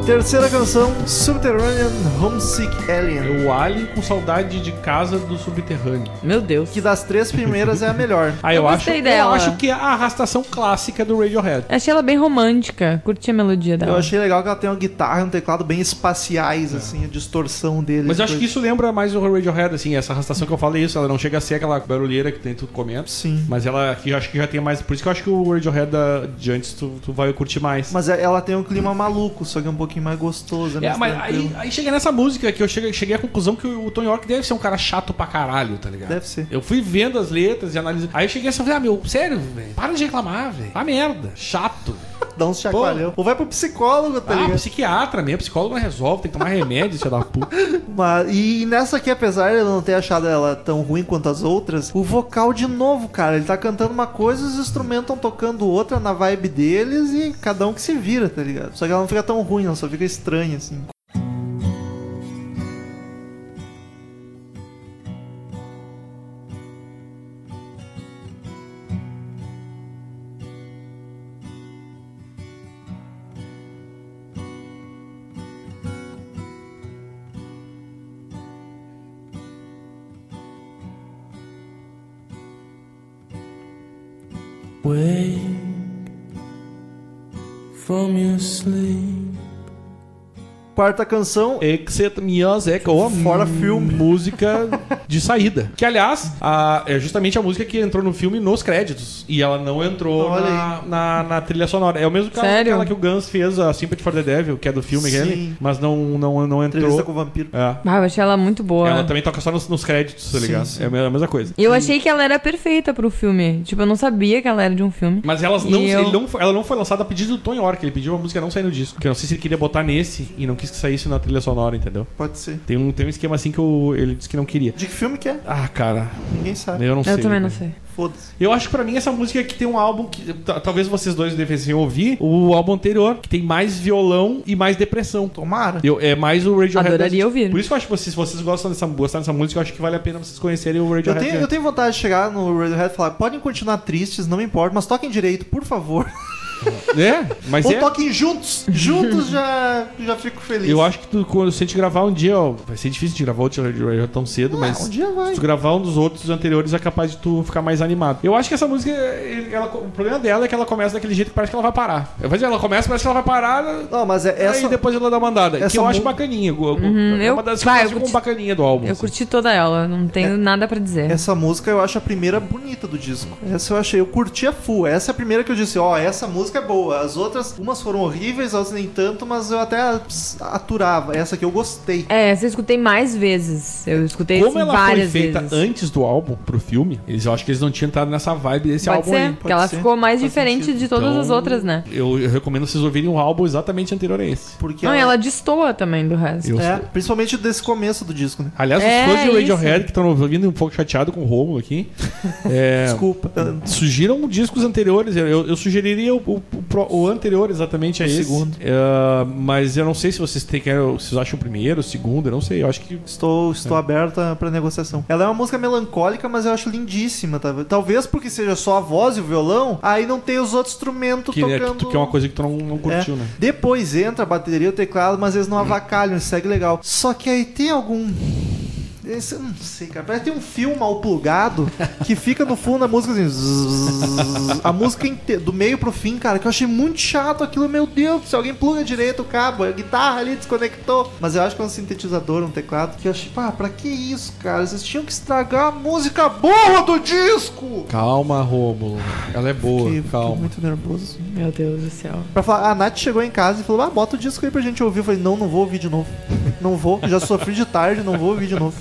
Terceira canção, Subterranean Homesick Alien.
É O Alien com saudade de casa do subterrâneo.
Meu Deus.
Que das três primeiras é a melhor.
Ah,
Eu
eu, acho,
gostei dela.
eu acho que é a arrastação clássica do Radiohead.
Achei ela bem romântica. Curti a melodia
Eu
dela.
achei legal que ela tem uma guitarra e um teclado bem espaciais, assim, a distorção dele.
Mas eu acho
coisa-
que isso lembra mais o Radiohead, assim, essa arrastação que eu falei, isso, ela não chega a ser aquela barulheira que tem tudo comendo.
Sim.
Mas ela aqui eu acho que já tem mais. Por isso que eu acho que o Radiohead da, de antes tu, tu vai curtir mais.
Mas é- ela tem um clima maluco, só que é um pouquinho mais gostoso.
É,
mais
mas
tranquilo.
aí, aí cheguei nessa música que eu cheguei, cheguei à conclusão que o Tony York deve ser um cara chato pra caralho, tá ligado?
Deve ser.
Eu fui vendo as letras e analisando. Aí eu cheguei assim e falei, ah, meu, sério, velho, para de reclamar, velho. Ah, merda, chato.
Dá uns chacoalhão. Ou vai pro psicólogo, tá
ah,
ligado?
psiquiatra mesmo, psicólogo não resolve, tem que tomar remédio, filho da puta.
Mas- e nessa aqui, apesar de eu não ter achado ela tão ruim quanto as outras, o vocal de novo, cara. Ele tá cantando uma coisa, os instrumentos estão tocando outra na vibe deles e cada um que se vira, tá ligado? Só que ela não fica tão ruim, ela só fica estranha, assim.
Wake from your sleep.
Quarta canção.
Exit Music ou
Fora filme.
música de saída. Que, aliás, a- é justamente a música que entrou no filme nos créditos. E ela não entrou
Olha
na, na, na trilha sonora. É o mesmo cara
Sério?
aquela que o Guns fez, a Sympathy for the Devil, que é do filme
Sim.
aquele, mas não, não, não
Entrevista
entrou.
com o vampiro.
É.
Ah, eu achei ela muito boa.
Ela também toca só nos, nos créditos, tá
Sim,
ligado?
sim.
É a mesma coisa.
Eu achei que ela era perfeita pro filme. Tipo, eu não sabia que ela era de um filme.
Mas elas não,
E eu-
ele não foi- ela não foi lançada a pedido do Tom York, ele pediu uma música não sair no disco. Que eu não sei se ele queria botar nesse e não quis que saísse na trilha sonora, entendeu?
Pode ser.
Tem um, tem um esquema assim que o- ele disse que não queria.
De que filme que é?
Ah, cara,
Ninguém sabe.
eu não sei. né?
eu também não
cara.
sei.
Foda-se.
Eu acho que pra mim essa música que tem um álbum que ta- talvez vocês dois devessem ouvir, o álbum anterior, que tem mais violão e mais depressão.
Tomara.
Eu, é mais o Radiohead.
Adoraria ouvir.
Por isso que eu acho que vocês, se vocês gostam dessa, gostaram dessa música, eu acho que vale a pena vocês conhecerem o
Eu
Radiohead.
tenho, eu tenho vontade de chegar no Radiohead e falar: podem continuar tristes, não me importa, mas toquem direito, por favor.
É, mas
Ou
é.
toquem juntos. Juntos já, já fico feliz.
Eu acho que tu, quando se a gente gravar um dia, ó, vai ser difícil de gravar o Radiohead tão cedo,
Ah,
mas
um dia vai.
Se tu gravar um dos outros anteriores, é capaz de tu ficar mais animado. Eu acho que essa música, ele- ela- o problema dela é que ela começa daquele jeito que parece que ela vai parar. Eu vou dizer, ela começa, parece que ela vai parar.
Não, mas é essa.
Aí depois ela dá uma andada.
essa
que eu acho
mu-
bacaninha. Eu- eu- é
Uhum, eu-
uma das
vai,
coisas
eu
como
curti-
bacaninha do álbum.
Eu
assim.
curti toda ela, não
É-
tenho nada pra dizer.
Essa música eu acho a primeira bonita do disco. Essa eu achei, eu curti a full. Essa é a primeira que eu disse, ó, essa música é boa. As outras, umas foram horríveis, as nem tanto, mas eu até ps, aturava. Essa que eu gostei.
É, essa eu escutei mais vezes. Eu escutei
Como
isso
ela foi
várias
feita
vezes.
antes do álbum pro filme, eles, eu acho que eles não tinham entrado nessa vibe desse
Pode
álbum
ser,
aí.
pode
porque ela
ser.
ficou mais
Faz
diferente
sentido.
de todas
Então,
as outras, né?
Eu, eu recomendo vocês ouvirem o álbum exatamente anterior a esse.
Porque
Não, e ela destoa também do resto.
Eu-
É, principalmente desse começo do disco, né?
Aliás,
É,
os fãs de
isso.
Radiohead que estão ouvindo um pouco chateado com o Romulo aqui. é,
Desculpa.
Sugiram discos anteriores. Eu, eu sugeriria o, o- o pro- o anterior exatamente a
O
esse.
segundo.
É, mas eu não sei se vocês têm que vocês acham o primeiro, o segundo, eu não sei. Eu acho que
Estou, estou
É.
aberta pra negociação. Ela é uma música melancólica, mas eu acho lindíssima. Tá? Talvez porque seja só a voz e o violão, aí não tem os outros instrumentos
que, é, que,
tocando.
tu- que é uma coisa que tu não, não curtiu,
É.
né?
Depois entra a bateria e o teclado, mas eles não avacalham, isso segue legal. Só que aí tem algum. Esse, eu não sei, cara. Parece que tem um fio mal plugado que fica no fundo da música assim. zzzz. A música inte- do meio pro fim, cara, que eu achei muito chato aquilo. Meu Deus, se alguém pluga direito o cabo, a guitarra ali desconectou. Mas eu acho que é um sintetizador, um teclado, que eu achei, pá, pra que isso, cara? Vocês tinham que estragar a música boa do disco!
Calma, Rômulo. Ela é boa,
Fiquei- fiquei
calma.
muito nervoso.
Meu Deus do céu.
Pra falar, "Ah, a Nath chegou em casa e falou: Ah, bota o disco aí pra gente ouvir. Eu falei: Não, não vou ouvir de novo. Não vou, já sofri de tarde, não vou ouvir de novo.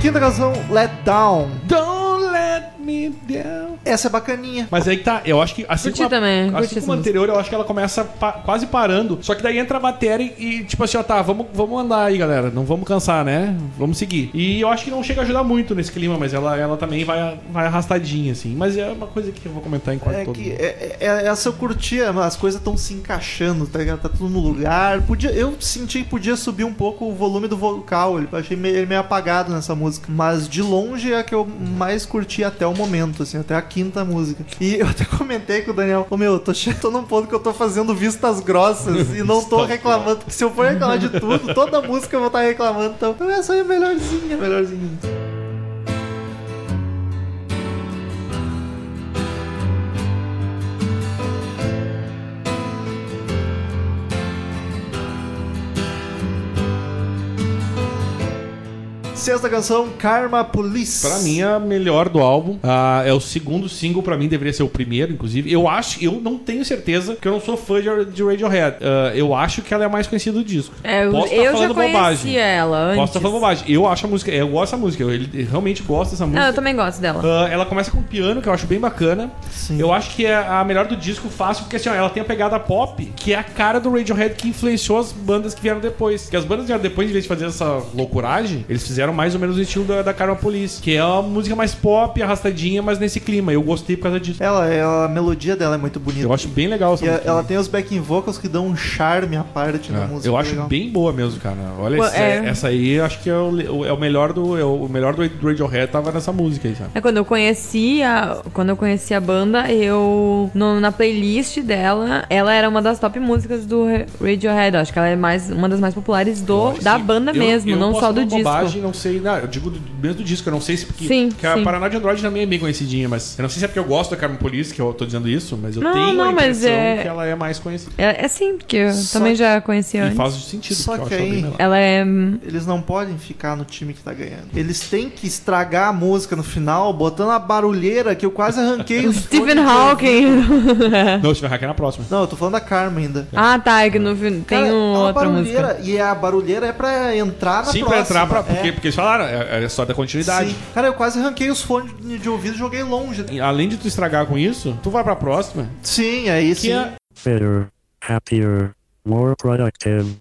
Quinta canção, Let Down.
Don't let me down.
Essa é bacaninha.
Mas aí que tá, eu acho que assim
Curti
como, a-
também,
assim
curti
como a
essa
anterior, eu acho que ela começa pa- quase parando. Só que daí entra a bateria e, e tipo assim, ó, tá, vamos, vamos andar aí, galera. Não vamos cansar, né? Vamos seguir. E eu acho que não chega a ajudar muito nesse clima, mas ela, ela também vai, vai arrastadinha, assim. Mas é uma coisa que eu vou comentar enquanto
É
todo
que
mundo.
é, é- é- essa eu curtia, mas as coisas estão se encaixando, tá ligado? Tá tudo no lugar. Podia, eu senti que podia subir um pouco o volume do vocal. ele- Eu achei meio, ele meio apagado nessa música. Mas de longe é a que eu mais curti até o momento, assim, até a quinta música. E eu até comentei com o Daniel: Ô meu, eu tô, che- tô num ponto que eu tô fazendo vistas grossas e não tô
Vistas
reclamando. Porque se eu for reclamar de tudo, toda música eu vou estar reclamando. Então, essa aí é melhorzinha, melhorzinha. Sexta canção, Karma Police.
Pra mim, é a melhor do álbum. Ah, é o segundo single, pra mim, deveria ser o primeiro, inclusive. Eu acho, eu não tenho certeza, porque eu não sou fã de, de Radiohead. Ah, eu acho que ela é a mais conhecida do disco.
É, eu,
Posso tá
eu já
falando
conheci
bobagem.
ela antes.
Posso estar falando bobagem. Eu acho a música, eu gosto da música, eu, ele- realmente gosto dessa música.
Não, eu também gosto dela.
Ah, ela começa com piano, que eu acho bem bacana.
Sim.
Eu acho que é a melhor do disco fácil, porque assim, ó, ela tem a pegada pop, que é a cara do Radiohead que influenciou as bandas que vieram depois. Que as bandas que vieram depois, em vez de fazer essa loucuragem, eles fizeram fizeram mais ou menos o estilo da, da Karma Police, que é uma música mais pop, arrastadinha, mas nesse clima. Eu gostei por causa disso.
Ela, ela- a melodia dela é muito bonita.
Eu acho bem legal essa
E a-
música.
é, ela tem os backing vocals que dão um charme à parte da
É,
música.
eu acho
legal.
bem boa mesmo, cara. Olha,
Pô,
essa,
é.
essa aí acho que é o, é o melhor do é o melhor do Radiohead tava nessa música aí, sabe?
É quando eu conheci a, quando eu conheci a banda, eu no- na playlist dela, ela era uma das top músicas do Ra- Radiohead. Acho que ela é mais uma das mais populares do da banda mesmo, não só do disco.
Bobagem, não sei, não, eu digo do, mesmo do disco, eu não sei se porque
Sim,
que a
sim.
Paraná de Android também é bem conhecidinha, mas eu não sei se é porque eu gosto da Carmen Police que eu tô dizendo isso, mas eu
Não,
tenho a
não, mas
impressão
é-
que ela é mais conhecida.
É, é sim, porque eu
Só-
também já conheci
E
antes.
faz sentido,
Só
porque
que
eu acho
aí-
ela bem melhor.
Ela é hum,
Eles não podem ficar no time que tá ganhando. Eles têm que estragar a música no final, botando a barulheira que eu quase arranquei os
Stephen
fones.
Hawking.
Não, se vai hacker na próxima.
Não, eu tô falando da Karma ainda.
ah, tá, é que no fim tem
Cara, é
um,
uma
outra
barulheira,
música.
E a barulheira é pra entrar na
Sim, pra
próxima.
entrar, pra, porque,
é.
porque eles falaram, é, é só da continuidade.
Sim. Cara, eu quase arranquei os fones de de ouvido e joguei longe.
E Além de tu estragar com isso, tu vai pra próxima,
Sim, aí
que
sim.
é
fitter, happier, more productive,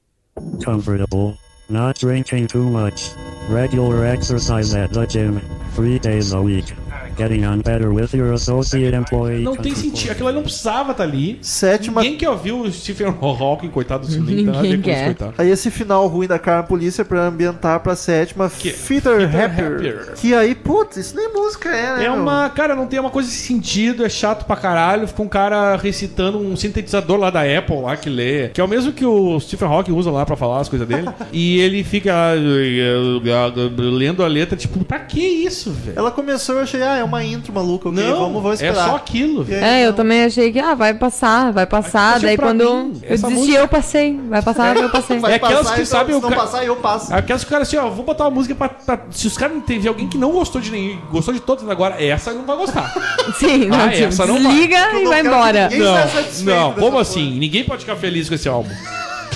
comfortable, not drinking too much, regular exercise at the gym, three days a week, getting on better with your associate employee.
Não tem sentido. Aquilo ali não precisava estar ali.
Sétima.
Ninguém quer ouvir o Stephen Hawking, coitado do Silvinho. não tem nada a ver
Ninguém
com isso,
quer.
coitado.
Aí esse final ruim da Karma Polícia é pra ambientar pra sétima.
Que- é
Fitter
Fitter
Happier.
Happier.
Que aí, putz, isso nem música é, né?
É
meu?
uma. Cara, não tem uma coisa sem sentido, é chato pra caralho. Fica um cara recitando um sintetizador lá da Apple, lá que lê. Que é o mesmo que o Stephen Hawking usa lá pra falar as coisas dele. e ele fica ah, lendo a letra, tipo, pra que isso, velho?
Ela começou eu achei, ah, é uma intro maluca, ok, vamos, vou
é
esperar.
só aquilo, velho.
É, eu também achei que ah, vai passar, vai passar,
Mas, tipo,
daí
pra
quando
mim,
eu
essa
desisti,
música-
eu passei. Vai passar, eu passei.
É aquelas que
então,
sabem
se
o
não
ca-
passar, eu passo.
Aquelas que o cara assim, ó, vou botar uma música pra. pra- se os caras não teve alguém que não gostou de nenhum, gostou de todas agora, essa não vai gostar.
Sim, não,
Ah,
tipo,
essa não vai.
desliga
Eu
e
não
vai
quero
embora.
que ninguém
não,
tá satisfeito
não,
dessa
como
porra.
assim? Ninguém pode ficar feliz com esse álbum.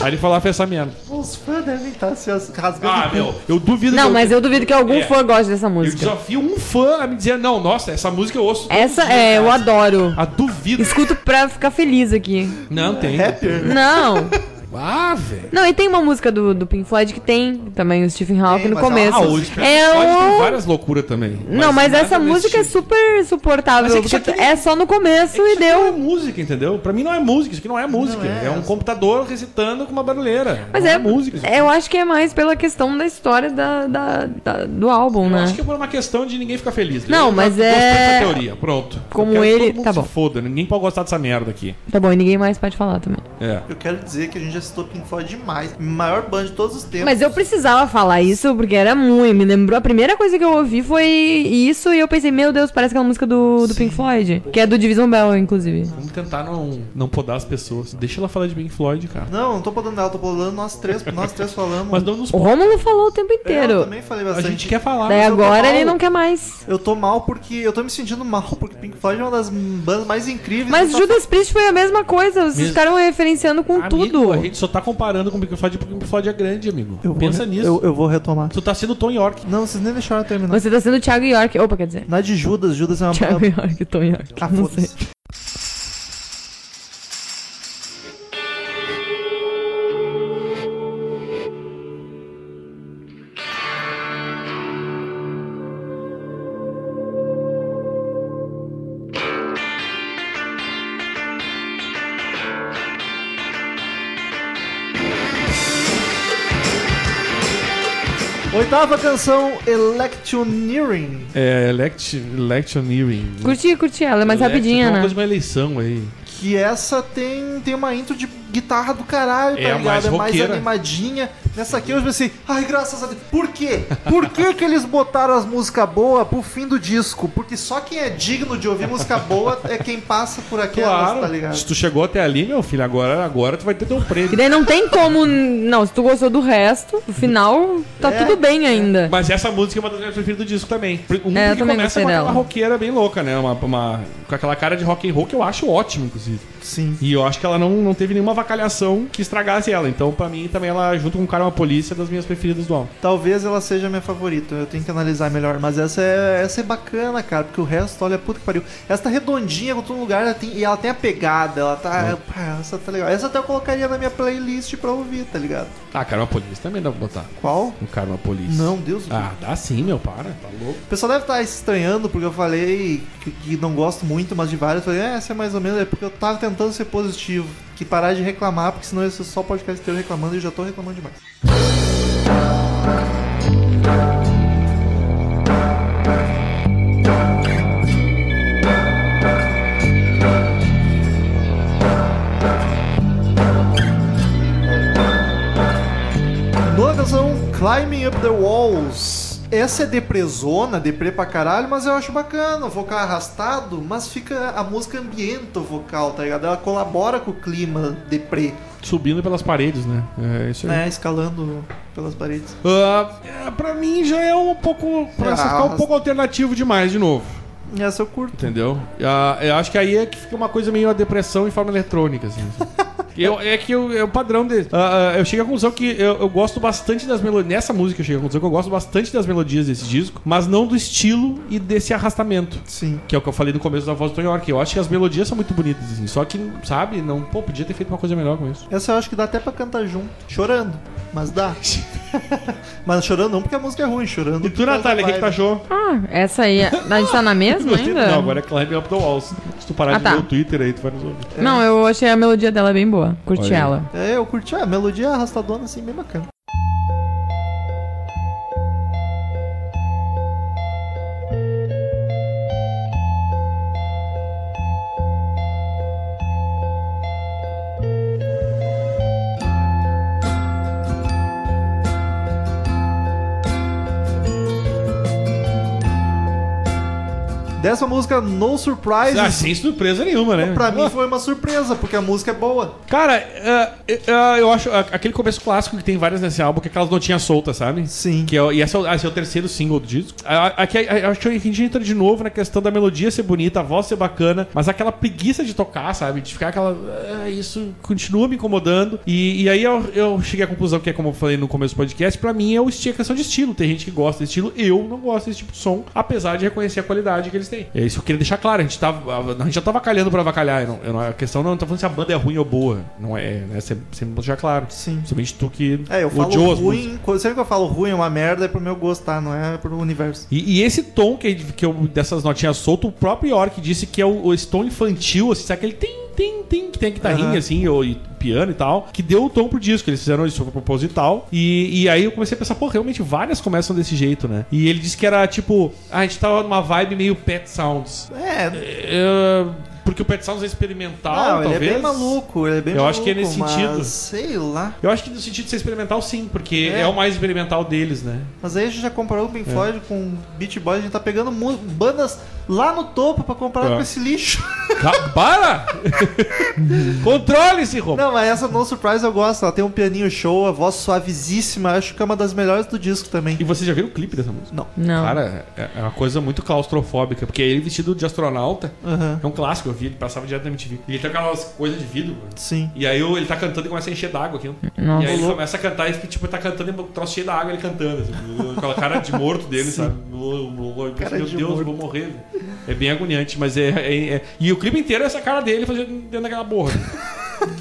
Aí ele falava essa merda.
Os fãs devem estar se as- rasgando.
Ah,
o cu.
meu, eu duvido
Não,
que
mas eu duvido que algum
É.
fã goste dessa
eu, eu
música.
desafio um fã a me dizer, não, nossa, essa música eu ouço. todo
Essa
dia,
é, eu
cara."
adoro.
A duvido.
Escuto pra ficar feliz aqui.
Não, tem.
É.
Happier.
Não.
Ah, velho.
Não, e tem uma música do, do Pink Floyd que tem também o Stephen Hawking
Tem,
no
mas
começo.
Ah, hoje
né?
é
tem
o...
várias loucuras também.
Não, mas
nada
essa
desse
música é
tipo.
super suportável.
Mas é que
porque
isso aqui-
é só no começo
Isso
e
aqui Não é
deu.
música, entendeu? Pra mim não é música, isso aqui não é música.
é
é, um
essa.
computador recitando com uma barulheira.
Mas
não
é,
música. isso aqui.
eu acho que é mais pela questão da história da, da- da- do álbum,
Eu
né?
acho que é por uma questão de ninguém ficar feliz.
Não,
Eu já
mas
gostei
é-
dessa teoria, pronto.
Como
Eu quero que
ele-
todo mundo
tá
se
bom.
Foda, né? ninguém pode gostar dessa merda aqui.
Tá bom, e ninguém mais pode falar também.
É.
Eu quero dizer que a gente já citou Pink Floyd demais. Maior band de todos os tempos.
Mas eu precisava falar isso porque era muito. Me lembrou. A primeira coisa que eu ouvi foi isso e eu pensei, meu Deus, parece aquela música do, do Pink Floyd. Que é do Division Bell, inclusive.
Vamos tentar não, não podar as pessoas. Deixa ela falar de Pink Floyd, cara.
Não, não tô podando nela, tô podando nós três, porque nós três falamos.
Mas não nos
O
poda.
Rômulo falou o tempo
Eu
inteiro.
também falei
A
bastante.
gente quer falar.
Daí
mas-
eu tô
agora
mal.
ele não quer mais.
Eu tô mal porque. Eu tô me sentindo mal porque Pink Floyd é uma das bandas mais incríveis.
Mas
Só-
Judas Priest foi a mesma coisa. Vocês
Mesmo.
ficaram referenciando com
Amigo,
tudo.
A gente só tá comparando com o Pink Floyd porque o Pink Floyd é grande, amigo.
Eu vou
Pensa
re-
né?
nisso.
Eu, eu vou retomar.
Tu tá sendo Tom York.
Não, vocês nem deixaram eu terminar.
Você tá sendo Thiago York. Opa, quer dizer.
Na de Judas, Judas é uma
Thiago
banda.
York, Tom York.
Ah,
não sei.
foda-se. Oitava canção, Electioneering.
É, elect, electioneering.
Curti, curti ela. É mais
Elect-
rapidinha,
tem uma
né?
coisa de uma eleição aí.
Que essa tem, tem uma intro de guitarra do caralho, tá
É a
ligado?
mais
é mais
roqueira.
animadinha. Nessa aqui eu pensei, ai, graças a Deus. Por quê? Por que, que eles botaram as músicas boas pro fim do disco? Porque só quem é digno de ouvir música boa é quem passa por aquelas,
Claro.
tá ligado?
Se tu chegou até ali, meu filho, agora, agora tu vai ter teu
E
prêmio.
daí não tem como. Não, se tu gostou do resto, no final tá
É.
tudo bem ainda.
Mas essa música é uma das minhas preferidas do disco também. Um
É, eu
que começa
também gostei
com aquela
dela.
roqueira bem louca, né? Uma, uma- com aquela cara de rock and roll que eu acho ótimo, inclusive.
Sim.
E eu acho que ela não, não teve nenhuma uma calhação que estragasse ela. Então, pra mim, também ela, junto com o cara, uma polícia das minhas preferidas do álbum.
Talvez ela seja a minha favorita, eu tenho que analisar melhor. Mas essa é, essa é bacana, cara, porque o resto, olha, puta que pariu. Essa tá redondinha com todo lugar ela tem, e ela tem a pegada, ela
É.
tá. Pá, essa tá legal. Essa até eu colocaria na minha playlist pra ouvir, tá ligado?
Ah, Karma Police também dá pra botar.
Qual?
O Karma Police.
Não, Deus do
Ah, dá sim, meu, para. Tá louco.
O pessoal deve estar estranhando porque eu falei que, que não gosto muito, mas de várias. Eu falei, é, essa é mais ou menos, é porque eu tava tentando ser positivo. Que parar de reclamar, porque senão esse é só podcast inteiro reclamando e eu já tô reclamando demais. Nona canção, Climbing Up the Walls. Essa é depresona, deprê pra caralho, mas eu acho bacana. O vocal é arrastado, mas fica a música ambienta o vocal, tá ligado? Ela colabora com o clima deprê,
Subindo pelas paredes, né? É isso aí.
né? Escalando pelas paredes.
Ah, é, pra mim já é um pouco. Pra
Ah,
ficar um pouco alternativo demais de novo.
Essa eu curto.
Entendeu? Ah, eu acho que aí é que fica uma coisa meio a depressão em forma eletrônica, assim. Eu, é que eu- é o padrão dele. Ah, ah, eu cheguei à conclusão que eu, eu gosto bastante das melodias. Nessa música eu cheguei à conclusão que eu gosto bastante das melodias desse disco, mas não do estilo e desse arrastamento.
Sim.
Que é o que eu falei no começo da voz do Tony York. Eu acho que as melodias são muito bonitas, assim. Só que, sabe, não. Pô, podia ter feito uma coisa melhor com isso.
Essa eu acho que dá até pra cantar junto. Chorando. Mas dá. mas chorando não porque a música é ruim, chorando.
E
por
tu,
causa
Natália, o
da
que, que tu
vibe.
achou?
Ah, essa aí. A gente tá na mesma ainda?
Não, agora é Climb Up the Walls. Se tu parar
Ah,
de
tá.
ver o Twitter aí, tu vai nos ouvir.
Não, eu achei a melodia dela bem boa. Curti
Olha aí.
ela.
É, eu curti a melodia arrastadona assim, bem bacana. Dessa música, No Surprises,
Ah, sem surpresa nenhuma, né?
pra mim foi uma surpresa, porque a música é boa.
Cara, ah, ah, eu acho ah, aquele começo clássico que tem várias nesse álbum, que é aquelas notinhas soltas, sabe?
Sim.
Que é, o- e esse é, o, esse é o terceiro single do disco. Ah, Aqui ah, eu acho que a gente entra de novo na questão da melodia ser bonita, a voz ser bacana, mas aquela preguiça de tocar, sabe? De ficar aquela. ah, isso continua me incomodando. E, e aí eu, eu cheguei à conclusão que é como eu falei no começo do podcast, pra mim é o esti- a questão de estilo. Tem gente que gosta desse estilo, eu não gosto desse tipo de som, apesar de reconhecer a qualidade que eles têm. É isso que eu queria deixar claro. A gente, tava, a gente já tava calhando pra avacalhar. eu não- eu não- a questão não tá falando se a banda é ruim ou boa. Não é, né? Sempre, sempre deixar claro.
Sim.
Somente tu que
É, eu falo
odiou as músicas.
ruim. quando- Sempre que eu falo ruim é uma merda, é pro meu gostar, não é pro universo.
E, e esse tom que, que eu, dessas notinhas solto, o próprio York disse que é o, o- esse tom infantil, assim, sabe aquele tem, tem, tem, que tem a guitarrinha,
Aham.
assim, ou e piano e tal, que deu o tom pro disco. Eles fizeram isso foi proposital. E, e aí eu comecei a pensar, pô, realmente várias começam desse jeito, né? E ele disse que era tipo, ah, a gente tava numa vibe meio Pet Sounds.
É,
É, porque o Pet Sounds é experimental,
não, ele
talvez.
é bem maluco, ele é bem
Eu acho que é
maluco,
nesse
mas
sentido.
Sei lá.
Eu acho que no sentido de ser experimental, sim, porque
É.
é o mais experimental deles, né?
Mas aí a gente já comparou o Pink
É.
Floyd com o Beat Boys, a gente tá pegando mu- bandas lá no topo pra comparar
É.
com esse lixo.
Tá, para! Controle-se, Romulo!
Não, mas essa No Surprise eu gosto, ela tem um pianinho show, a voz suavíssima, acho que é uma das melhores do disco também.
E vocês já viram o clipe dessa música?
Não.
Cara, é é uma coisa muito claustrofóbica, porque ele vestido de astronauta
Aham,
é um clássico, eu vi, ele passava direto na MTV. E ele tem aquelas coisas de vidro, mano.
sim.
E aí o- ele tá cantando e começa a encher d'água aqui. ó.
Nossa.
E aí ele começa a cantar e tipo, ele tá cantando e um troço cheio d'água ele cantando. Assim, com a cara de morto dele, sabe? Eu pensei,
Cara
Meu
de
Deus,
morto.
vou morrer. velho. É bem agoniante, mas é, é- é- E o clipe inteiro é essa cara dele fazendo dentro daquela borra.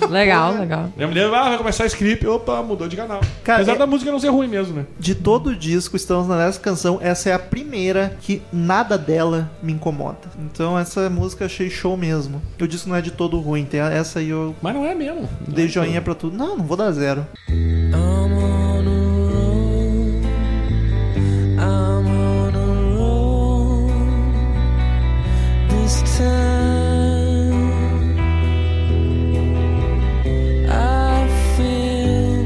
Legal, legal.
Minha mulher ah, vai começar esse clipe, opa, mudou de canal.
Cara,
Apesar
é-
da música não ser ruim mesmo, né?
De todo o disco, estamos na nessa canção, essa é a primeira que nada dela me incomoda. Então essa música eu achei show mesmo. O disco não é de todo ruim, tem a- essa aí eu
Mas não é mesmo.
dei joinha pra tudo. Não, não vou dar zero.
I'm on a roll. I'm on a roll. This time I feel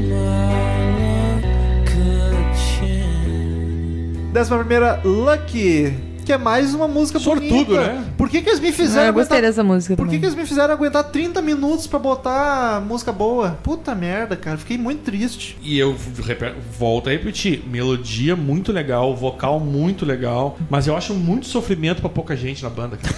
my luck could change.
Décima primeira, Lucky, que é mais uma música
Sortudo,
bonita.
né?
Por que que eles me
Não,
fizeram
eu
tá-
gostei
aguentar...
dessa música
Por que,
também.
que eles me fizeram aguentar 30 minutos pra botar música boa? Puta merda, cara. Fiquei muito triste.
E eu repe- volto a repetir, melodia muito legal, vocal muito legal, mas eu acho muito sofrimento pra pouca gente na banda, cara.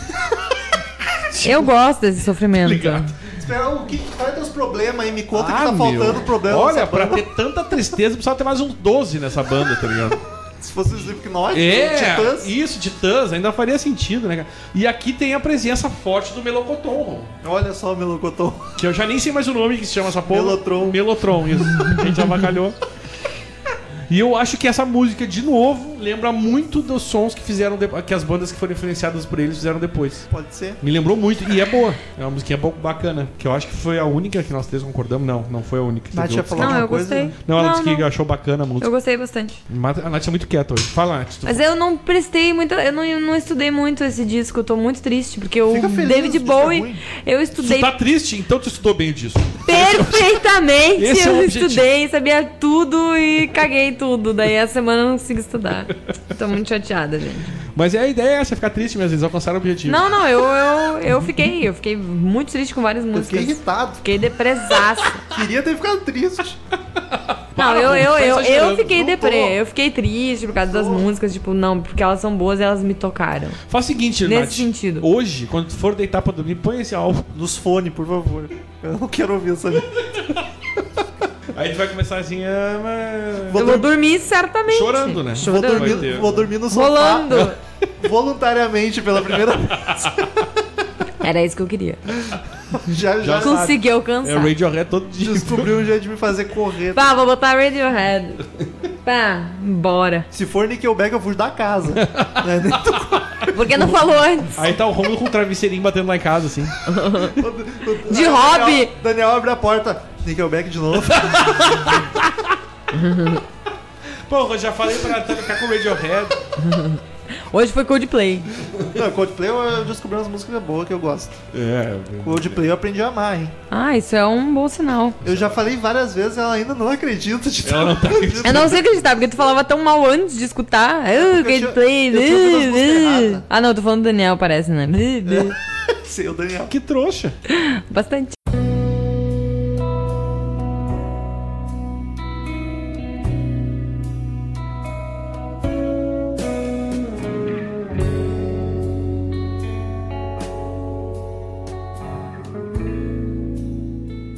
Eu gosto desse sofrimento.
Tá Ligado.
Espera, o que, qual é teus problemas aí? Me conta que
Ah,
tá
meu.
faltando problema.
Olha,
nessa
pra
banda.
ter tanta tristeza, precisava ter mais uns 12 nessa banda, tá ligado?
Se fosse os Slipknot,
É,
Titãs.
isso, Titãs, ainda faria sentido, né, cara? E aqui tem a presença forte do Melocoton, Romulo.
Olha só o Melocotão.
que eu já nem sei mais o nome que se chama essa porra.
Melotron.
Melotron, isso. A gente avacalhou. E eu acho que essa música, de novo, lembra muito dos sons que fizeram, de- que as bandas que foram influenciadas por eles fizeram depois.
Pode ser.
Me lembrou muito, e é boa. É uma musiquinha pouco bacana. Que eu acho que foi a única que nós três concordamos. Não, não foi a única.
Nath
Teve
ia
outras.
falar
Não,
alguma
eu
coisa?
gostei.
Não, ela disse
não.
que achou bacana a música.
Eu gostei bastante.
Mas A Nath é muito quieta hoje. Fala, Nath. tu-
Mas eu não prestei muito, eu não, eu não estudei muito esse disco, eu tô muito triste, porque o
Fica feliz,
David
o disco é
Bowie,
ruim.
eu
Tu
estudei
tá triste? Então tu estudou bem disso.
perfeitamente,
Esse é o
eu
objetivo.
estudei, sabia tudo e caguei tudo. Daí essa semana eu não consigo estudar. Tô muito chateada, gente.
Mas é a ideia é essa, ficar triste mesmo. Eles alcançaram o objetivo.
Não, não, eu, eu, eu fiquei, eu fiquei muito triste com várias
Eu fiquei
músicas.
irritado.
Fiquei depresaço.
Queria ter ficado triste.
Não, eu, eu,
tá
eu, eu
exagerando.
fiquei
Não tô.
deprê, eu fiquei triste por causa das músicas, tipo, não, porque elas são boas e elas me tocaram.
Faz o seguinte,
Nesse
Nath.
sentido.
Hoje, quando tu for deitar pra dormir, põe esse álbum.
Nos fones, por favor. Eu não quero ouvir essa.
Aí tu vai começar assim. ah, mas-
Vou
eu vou
dormir-
dormir certamente.
Chorando, né?
Vou
Chorando.
Vai
dormir,
ter.
vou dormir no sofá.
Rolando.
Voluntariamente pela primeira vez.
Era isso que eu queria.
Já, já, sabe.
Conseguiu
É
alcançar.
Radiohead todo dia.
Descobri um jeito de me fazer correr.
Pá, vou botar Radiohead. Pá, bora.
Se for Nickelback, eu fujo da casa. Né? Nem tô-
Por que não falou antes?
Aí tá o Romulo com o travesseirinho batendo lá em casa, assim.
De
Daniel-
hobby.
Daniel abre a porta. Nickelback de novo.
Porra, eu já falei pra Natália ficar com o Radiohead.
Hoje foi Coldplay.
Não, Coldplay eu- eu descobri umas músicas boas que eu gosto.
É.
Coldplay eu aprendi a amar, hein?
Ah, isso é um bom sinal.
Eu já falei várias vezes, ela ainda não acredita de
Ela não tá acreditando.
Eu não sei acreditar, porque tu falava tão mal antes de escutar. Ah,
É porque eu tinha- eu tinha
Coldplay.
ouvido as músicas
ah,
erradas.
ah. Ah, não, tô falando do Daniel, parece, né? Ah,
Sei, o Daniel.
Que trouxa.
ah.
É.
Bastante.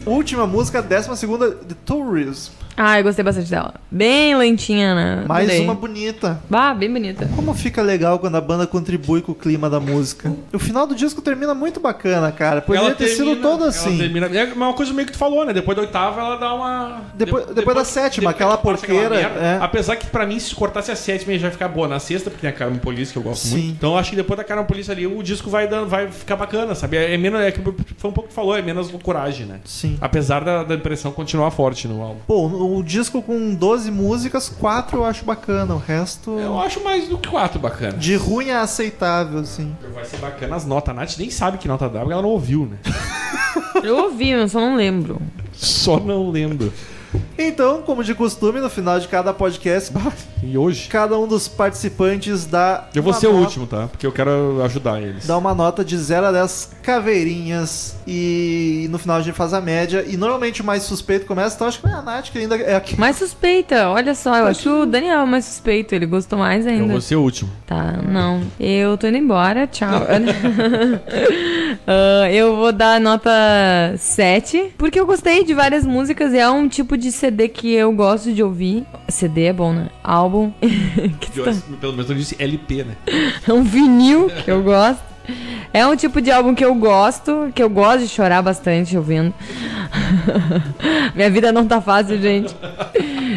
Última música, décima segunda, The Tourism.
Ah, eu gostei bastante dela. Bem lentinha, né?
Mais
Adorei.
uma bonita.
Bah, bem bonita.
Como fica legal quando a banda contribui com o clima da música. O final do disco termina muito bacana, cara. Poderia ter sido todo
ela
assim.
termina- é uma coisa meio que tu falou, né? Depois da oitava ela dá uma.
Depois-
de-
depois da sétima,
depois
aquela
que passa aquela
porqueira,
merda.
é.
Apesar que pra mim, se cortasse a sétima, já ia ficar boa na sexta, porque tem a Carmen Police que eu gosto
Sim.
muito. Então eu acho que depois da Carmen Police ali, o disco vai, dando- vai ficar bacana, sabe? É menos. É, que foi um pouco que tu falou, é menos coragem, né?
Sim.
Apesar da, da impressão continuar forte no álbum.
Pô, o o disco com 12 músicas, 4 eu acho bacana. O resto.
Eu acho mais do que quatro bacana.
De ruim é aceitável, assim.
Vai ser bacana as notas. A Nath nem sabe que nota dá, porque ela não ouviu, né?
Eu ouvi, mas só não lembro.
Só não lembro.
Então, como de costume, no final de cada podcast,
Ah, E hoje?
cada um dos participantes dá.
Eu vou
uma
ser o
nota-
último, tá? Porque eu quero ajudar eles.
Dá uma nota de 0 a 10 caveirinhas e no final a gente faz a média. E normalmente o mais suspeito começa, então acho que foi a Nath que ainda é aqui.
Mais suspeita, olha só, eu acho o Daniel mais suspeito, ele gostou mais
Eu
ainda.
vou ser o último.
Tá, não. Eu tô indo embora, tchau. Ah, eu vou dar nota 7, porque eu gostei de várias músicas e é um tipo de CD que eu gosto de ouvir. CD é bom, né? Álbum.
Eu- Pelo menos eu disse LP, né?
É um vinil que eu gosto. É um tipo de álbum que eu gosto, que eu gosto de chorar bastante ouvindo. Minha vida não tá fácil, gente.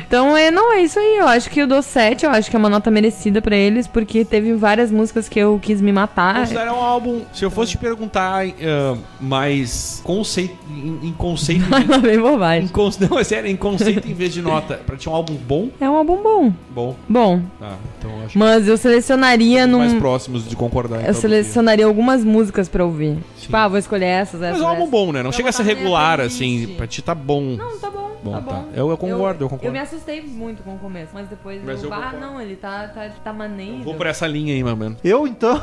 Então, é, não, é isso aí. Eu acho que eu dou 7, eu acho que é uma nota merecida pra eles, porque teve várias músicas que eu quis me
Ah, é.
matar.
Considera um álbum. Se eu fosse te perguntar ah, mais conceito, em, em conceito.
Ai,
é.
lá vem
em
bobagem.
con- não, é sério, em conceito em vez de nota. Pra ti é um álbum bom?
É um álbum bom.
Bom.
Bom,
Tá, então eu acho
mas eu selecionaria
que
é
mais
num.
próximos de concordar. então,
Eu
do que-
selecionaria algumas músicas pra ouvir. Tipo, ah, vou escolher essas, essas.
Mas é um álbum
essas.
bom, né? Não chega a ser
botar na minha
regular,
playlist.
assim. Pra ti tá bom.
Não, tá bom.
Bom,
tá
tá.
bom.
Eu- eu concordo, eu concordo.
Eu me assustei muito com o começo, mas depois
Mas eu
eu. Ah,
concordo.
não, ele tá, tá, tá maneiro.
Vou por essa linha aí, meu mano.
Eu então.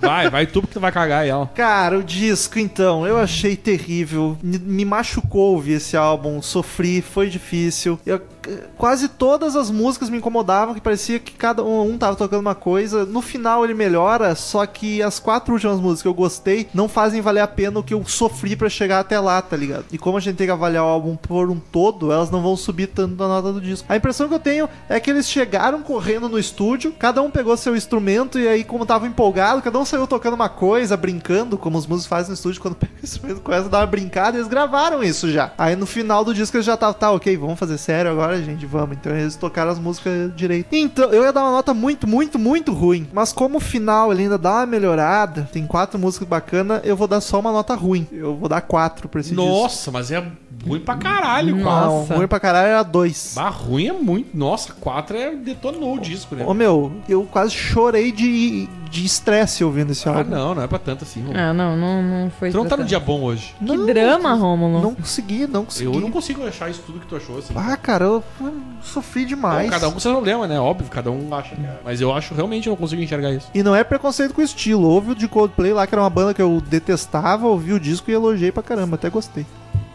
Vai, vai tu porque tu vai cagar ela.
Cara, o disco então, eu achei terrível. Me- Me machucou ouvir esse álbum, sofri, foi difícil. Eu eh, quase todas as músicas me incomodavam, que parecia que cada um, um tava tocando uma coisa. No final ele melhora, só que as quatro últimas músicas que eu gostei não fazem valer a pena o que eu sofri pra chegar até lá, tá ligado? E como a gente tem que avaliar o álbum por um todo, elas não vão subir tanto na nota do disco. A impressão que eu tenho é que eles chegaram correndo no estúdio, cada um pegou seu instrumento e aí, como tava empolgado, cada um saiu tocando uma coisa, brincando, como os músicos fazem no estúdio quando pega o instrumento, começa a dar uma brincada, e eles gravaram isso já. Aí no final do disco eles já tava, tá, ok, vamos fazer sério agora, gente, vamos. Então eles tocaram as músicas direito. Então, eu ia dar uma nota muito, muito, muito ruim. Mas como o final ele ainda dá uma melhorada, tem quatro músicas bacanas, eu vou dar só uma nota ruim. Eu vou dar quatro pra esse disco.
Nossa, mas é ruim pra caralho, cara.
Não,
Nossa.
ruim pra caralho era dois.
Bah, ruim é muito. Nossa, 4 é detonou o disco, né?
Ô meu, eu quase chorei de de estresse ouvindo esse
Ah,
álbum.
não, não é pra tanto assim, Romulo.
Ah, não, não, não foi
Tu não tá
tratado.
no dia bom hoje.
Que drama, Rômulo.
Não consegui, não consegui.
Eu não consigo achar isso tudo que tu achou, assim.
Ah, cara, eu fui- sofri demais.
Bom, cada um com seu problema, né? Óbvio, cada um acha.
Hum.
né? Mas eu acho, realmente, eu não consigo enxergar isso.
E não é preconceito com o estilo. Houve o de Coldplay lá, que era uma banda que eu detestava, ouvi o disco e elogiei pra caramba, até gostei.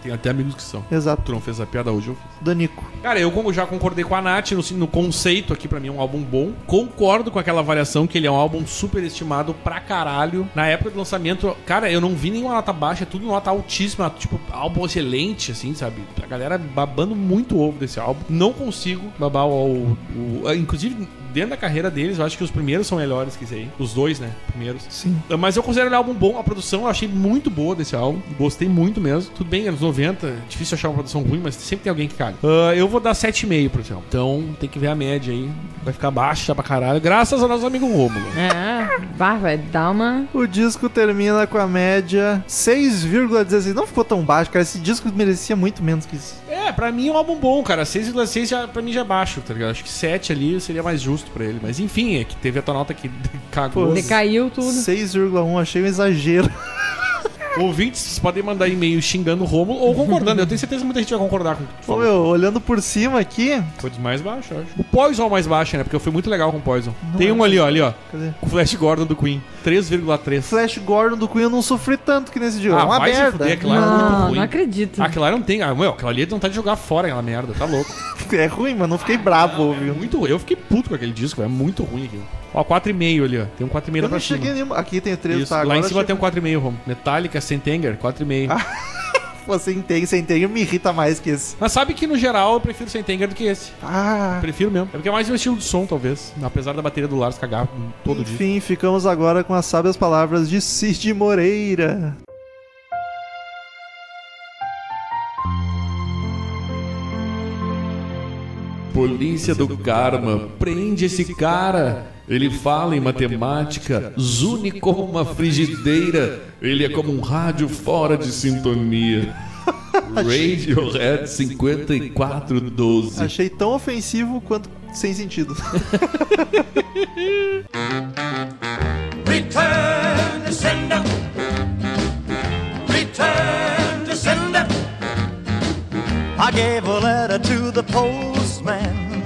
Tem até amigos que são.
Exato.
Tu não fez a piada hoje, eu fiz.
Danico.
Cara, eu con- já concordei com a Nath no, no conceito aqui, pra mim é um álbum bom. Concordo com aquela avaliação que ele é um álbum superestimado pra caralho. Na época do lançamento, cara, eu não vi nenhuma nota baixa, é tudo nota altíssima, tipo, álbum excelente, assim, sabe? A galera babando muito o ovo desse álbum. Não consigo babar o. o- o- inclusive, dentro da carreira deles, eu acho que os primeiros são melhores que esse aí. Os dois, né? Primeiros.
Sim.
Mas eu considero ele um álbum bom. A produção eu achei muito boa desse álbum. Gostei muito mesmo. Tudo bem, anos 90. Difícil achar uma produção ruim, mas sempre tem alguém que caga. Ah, eu vou dar 7,5 pro álbum. Então tem que ver a média aí. Vai ficar baixa pra caralho. Graças ao nosso amigo Rômulo.
É, vai, vai dar uma.
O disco termina com a média 6,16. Não ficou tão baixo, cara. Esse disco merecia muito menos que isso.
É, pra mim é um álbum bom, cara. 6,6 já, pra mim já é baixo, tá ligado? Acho que 7 ali seria mais justo pra ele. Mas enfim, é que teve a tua nota que cagou.
Pô,
Decaiu tudo.
6,1, achei um exagero.
Ouvintes, vocês podem mandar e-mail xingando o Rômulo ou concordando. Eu tenho certeza que muita gente vai concordar com o que tu
Ô,
falou.
meu, olhando por cima aqui.
Foi dos mais baixos, eu acho. O Poison é o mais baixo, né? Porque eu fui muito legal com o Poison. Tem um ali, ó, ali, ó.
é, Cadê?
O Flash Gordon do Queen. 3,3.
Flash Gordon do Queen eu não sofri tanto que nesse disco. é uma
Ah, vai se
merda.
fuder, aquilo lá é muito
Não,
ruim.
não acredito.
Aquilo lá não tem. Ah, meu, aquilo ali dá vontade de jogar fora aquela merda, tá louco.
É ruim, mas não fiquei bravo
É
ouvindo.
muito ruim. Eu fiquei puto com aquele disco, é muito ruim aquilo. Ó, 4,5 ali, ó. Tem um 4,5 lá
Eu
pra
não
cima.
cheguei nenhuma. Aqui tem 3,
Isso.
tá?
lá
agora
em cima
eu Ah.
tem um 4,5, Rom. Metallica, Sentenger, 4,5.
Você entende, você entende, me irrita mais que esse.
Mas sabe que no geral eu prefiro Sentenger do que esse.
Ah.
Prefiro mesmo. É porque é mais um estilo de som, talvez. Apesar da bateria do Lars cagar todo dia.
Enfim, ficamos agora com as sábias palavras de Cid Moreira.
Polícia do Karma, prende esse cara. Ele fala em matemática, zune como uma frigideira. Ele é como um rádio fora de sintonia. Radiohead 5412.
Achei tão ofensivo quanto sem sentido.
Return to sender. Return to sender.
I gave a letter to the postman.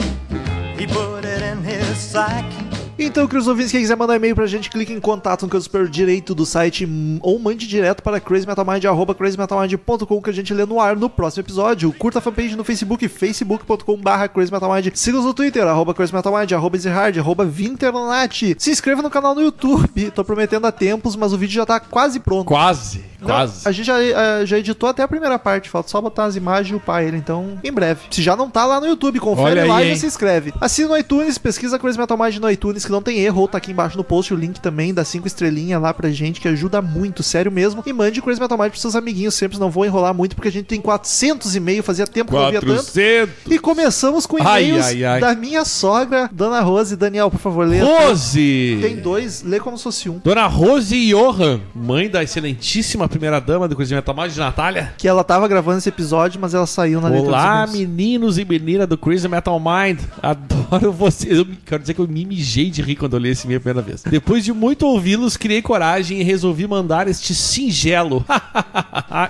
He put it in his sack.
Então, queridos ouvintes, quem quiser mandar e-mail pra gente, clique em contato no canto superior direito do site hum, ou mande direto para crazymetalmind, arroba crazymetalmind.com que a gente lê no ar no próximo episódio. Curta a fanpage no Facebook, facebook.com barra crazymetalmind. Siga-nos no Twitter, arroba crazymetalmind, arroba zhard, arroba vinterlanat. Se inscreva no canal no YouTube. Tô prometendo há tempos, mas o vídeo já tá quase pronto.
Quase, quase.
A gente já, eh, já editou até a primeira parte, falta só botar as imagens e upar ele, então em breve. Se já não tá lá no YouTube, confere
Olha
lá
aí,
e já
hein?
se inscreve. Assina no iTunes, pesquisa Crazy Metal Mind no iTunes, que não tem erro, ou tá aqui embaixo no post o link também, dá cinco estrelinhas lá pra gente, que ajuda muito, sério mesmo. E mande Crazy Metal Mind pros seus amiguinhos sempre, não vou enrolar muito, porque a gente tem 400 e-mail, fazia tempo que eu não via tanto.
400.
E começamos com
Ai,
e-mails
ai, ai.
da minha sogra, Dona Rose. Daniel, por favor, lê. Tem
Rose!
dois, lê como se fosse um.
Dona Rose Johan, mãe da excelentíssima primeira dama do Cruzeiro Metamagem, Natália.
Que ela tava gravando esse episódio, mas ela saiu na leitura dos
Olá,
e-mails.
meninos e meninas do Crazy Metal Mind. Adoro vocês. Eu me- quero dizer que eu me mijei de rir quando eu li esse minha primeira vez. Depois de muito ouvi-los, criei coragem e resolvi mandar este singelo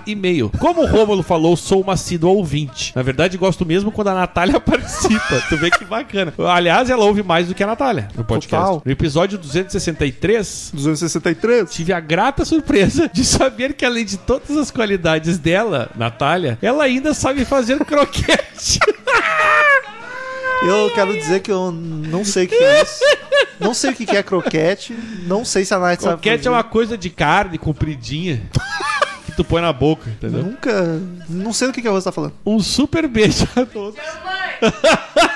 e-mail. Como o Rômulo falou, sou uma assídua ouvinte. Na verdade, gosto mesmo quando a Natália participa. tu vê que bacana. Aliás, ela ouve mais do que a Natália no podcast.
Total.
No episódio 263,
263?
Tive a grata surpresa de saber que, além de todas as qualidades dela, Natália, ela ainda sabe fazer croquete.
Eu quero dizer que eu não sei o que é isso. Não sei o que é croquete. Não sei se a Night sabe.
Croquete
fazer.
é uma coisa de carne compridinha que tu põe na boca, entendeu?
Nunca. Não sei do que, que a Rosa tá falando.
Um super beijo a todos.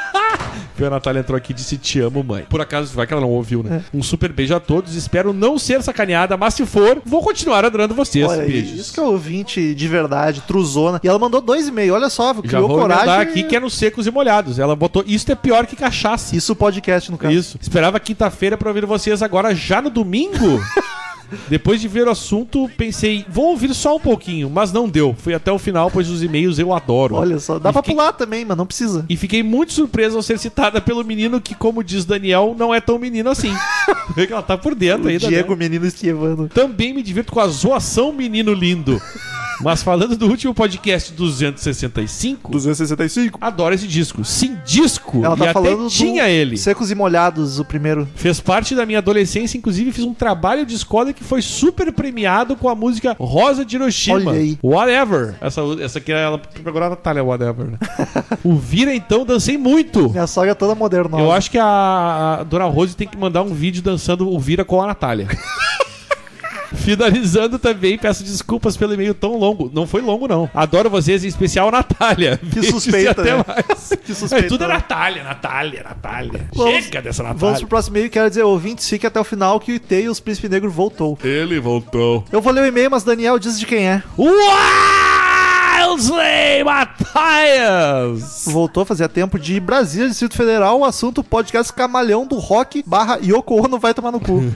A Natália entrou aqui e disse: Te amo, mãe. Por acaso, vai que ela não ouviu, né?
É.
Um super beijo a todos. Espero não ser sacaneada, mas se for, vou continuar adorando vocês.
Olha,
Beijos.
isso que é ouvinte de verdade, truzona. E ela mandou dois e-mail. Olha só,
Já
criou
vou coragem...
coragem.
aqui que é nos secos e molhados. Ela botou: Isso é pior que cachaça.
Isso podcast, no caso.
Isso. Esperava quinta-feira pra ouvir vocês agora já no domingo. Depois de ver o assunto, pensei, vou ouvir só um pouquinho, mas não deu. Fui até o final, pois os e-mails eu adoro.
Olha só, dá
E
pra
fiquei-
pular também, mas não precisa.
E fiquei muito surpreso ao ser citada pelo menino que, como diz Daniel, não é tão menino assim. Vê que ela tá por dentro ainda. né?
Diego, menino esquivando.
Também me divirto com a zoação, menino lindo. Mas falando do último podcast 265,
265.
adoro esse disco. Sim, disco!
Ela
e
tá
até
falando do
tinha ele.
Secos e Molhados, o primeiro.
Fez parte da minha adolescência, inclusive fiz um trabalho de escola que foi super premiado com a música Rosa de Hiroshima.
Olha aí.
Whatever. Essa, essa aqui é ela procurou a Natália, whatever. né? o Vira, então, dancei muito.
Minha sogra é toda modernosa.
Eu acho que a, a Dona Rose tem que mandar um vídeo dançando o Vira com a Natália. Finalizando também, peço desculpas pelo e-mail tão longo. Não foi longo, não. Adoro vocês, em especial a Natália. Beijos e
suspeita,
até
né?
mais.
Que suspeita,
É, tudo é
né?
Natália, Natália, Natália.
Vamos-
Chega dessa
Vamos
Natália.
pro próximo e-mail. Quero dizer, ouvintes, fique até o final que o Tails Príncipe Negro voltou.
Ele voltou.
Eu vou ler o e-mail, mas Daniel diz de quem é.
Wesley Matthias!
Voltou fazia tempo de Brasília, Distrito Federal. O assunto podcast Camalhão do Rock barra Yoko Ono vai tomar no cu.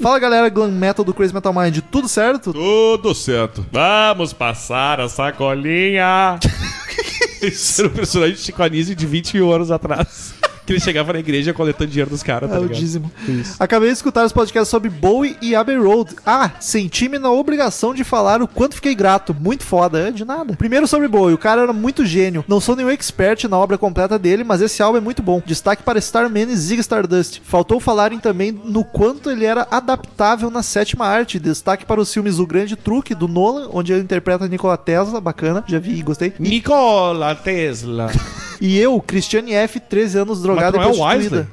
Fala galera, Glam Metal do Crazy Metal Mind, tudo certo?
Tudo certo. Vamos passar a sacolinha. Esse era o personagem de Chico Anísio de 21 anos atrás. Que ele chegava na igreja coletando dinheiro dos caras, tá
É o
ligado?
dízimo. Acabei de escutar os podcasts sobre Bowie e Abbey Road. Ah, senti-me na obrigação de falar o quanto fiquei grato. Muito foda, é de nada. Primeiro sobre Bowie, o cara era muito gênio. Não sou nenhum expert na obra completa dele, mas esse álbum é muito bom. Destaque para Starman e Zig Stardust. Faltou falarem também no quanto ele era adaptável na sétima arte. Destaque para os filmes O Grande Truque, do Nolan, onde ele interpreta Nikola Tesla, bacana, já vi e gostei.
Nicola Tesla.
E eu, Christiane F., 13 anos drogada e
Mas tu não é o
prostituída.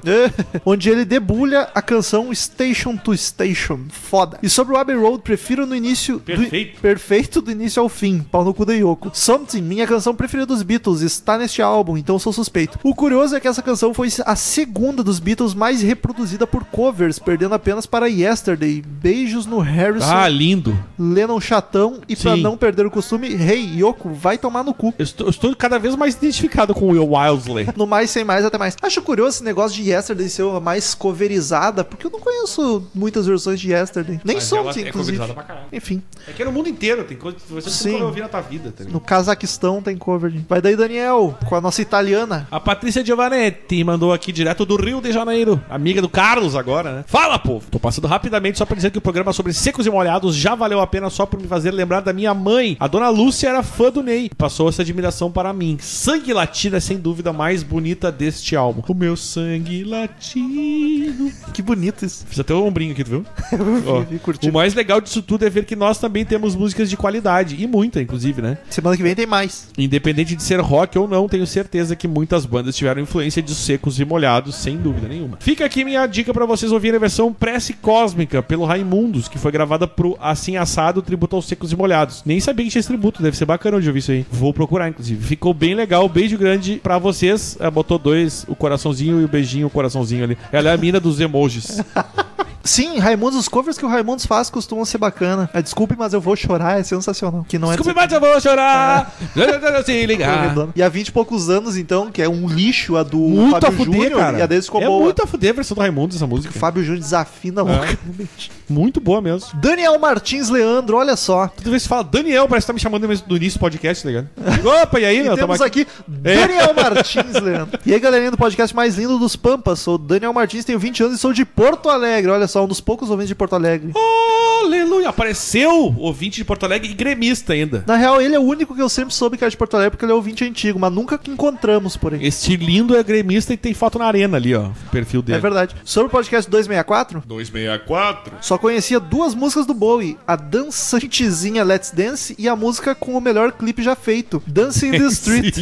É. Onde ele debulha a canção Station to Station. Foda. E sobre o Abbey Road, prefiro no início...
Perfeito.
Do, perfeito do início ao fim. Pau no cu da Yoko. Something, minha canção preferida dos Beatles, está neste álbum, então sou suspeito. O curioso é que essa canção foi a segunda dos Beatles mais reproduzida por covers, perdendo apenas para Yesterday. Beijos no Harrison,
Ah, lindo.
Lennon Chatão e pra
Sim.
não perder o costume, Hey, Yoko, vai tomar no cu.
Eu estou, eu estou cada vez mais identificado com o Will Wesley.
No mais, sem mais, até mais. Acho curioso esse negócio de Yesterday ser a mais coverizada, porque eu não conheço muitas versões de Yesterday. Nem
Mas
Something,
ela é
inclusive.
coverizada pra caralho.
Enfim,
É que é no mundo inteiro, tem coisa que você
Sim.
nunca vai ouvir na tua vida, tá ligado?
no Cazaquistão tem cover. de- Vai daí, Daniel, com a nossa italiana.
A Patrícia Giovanetti mandou aqui direto do Rio de Janeiro, amiga do Carlos agora, né? Fala, povo! Tô passando rapidamente só pra dizer que o programa sobre secos e molhados já valeu a pena só por me fazer lembrar da minha mãe. A dona Lúcia era fã do Ney e passou essa admiração para mim. Sangue Latino é sem dúvida a mais bonita deste álbum. O meu sangue latino.
Que bonito isso.
Fiz até o ombrinho aqui, tu viu? Ó,
vi, curti.
O mais legal disso tudo é ver que nós também temos músicas de qualidade, e muita, inclusive, né?
Semana que vem tem mais.
Independente de ser rock ou não, tenho certeza que muitas bandas tiveram influência de secos e molhados, sem dúvida nenhuma. Fica aqui minha dica pra vocês ouvirem a versão Prece Cósmica pelo Raimundos, que foi gravada pro Assim Assado Tributo aos Secos e Molhados. Nem sabia que tinha esse tributo, deve ser bacana de ouvir isso aí. Vou procurar, inclusive. Ficou bem legal, beijo grande pra vocês. Ah, botou dois, o coraçãozinho e o beijinho, o coraçãozinho ali. Ela é a mina dos emojis.
Sim, Raimundos, os covers que o Raimundos faz costumam ser bacana. Ah, desculpe, mas eu vou chorar, é sensacional. Que não é.
Desculpe, mas eu vou chorar. Se ligar.
E há 20 e poucos anos, então, que é um lixo a do
Muito a
Fábio
fuder,
Júnior
cara.
e a deles ficou
é
boa.
muito Ah. a fuder a versão do Raimundos essa música.
O Fábio Júnior desafina loucamente.
Muito boa mesmo.
Daniel Martins Leandro, olha só.
Toda vez que fala Daniel, parece que tá me chamando mesmo do início do podcast, tá ligado? Opa, e aí,
E
né? Tamo
temos
aqui.
aqui, Daniel Martins, Leandro. E aí, galerinha do podcast mais lindo dos Pampas. Sou Daniel Martins, tenho 20 anos e sou de Porto Alegre. Olha pessoal, um dos poucos ouvintes de Porto Alegre.
Aleluia! Apareceu ouvinte de Porto Alegre e gremista ainda.
Na real, ele é o único que eu sempre soube que era de Porto Alegre porque ele é ouvinte antigo, mas nunca que encontramos por aí.
Este lindo é gremista e tem foto na arena ali, ó. O perfil
É
dele.
verdade. Sobre o podcast 264,
264.
só conhecia duas músicas do Bowie: a dançantezinha Let's Dance e a música com o melhor clipe já feito, Dancing in the Street.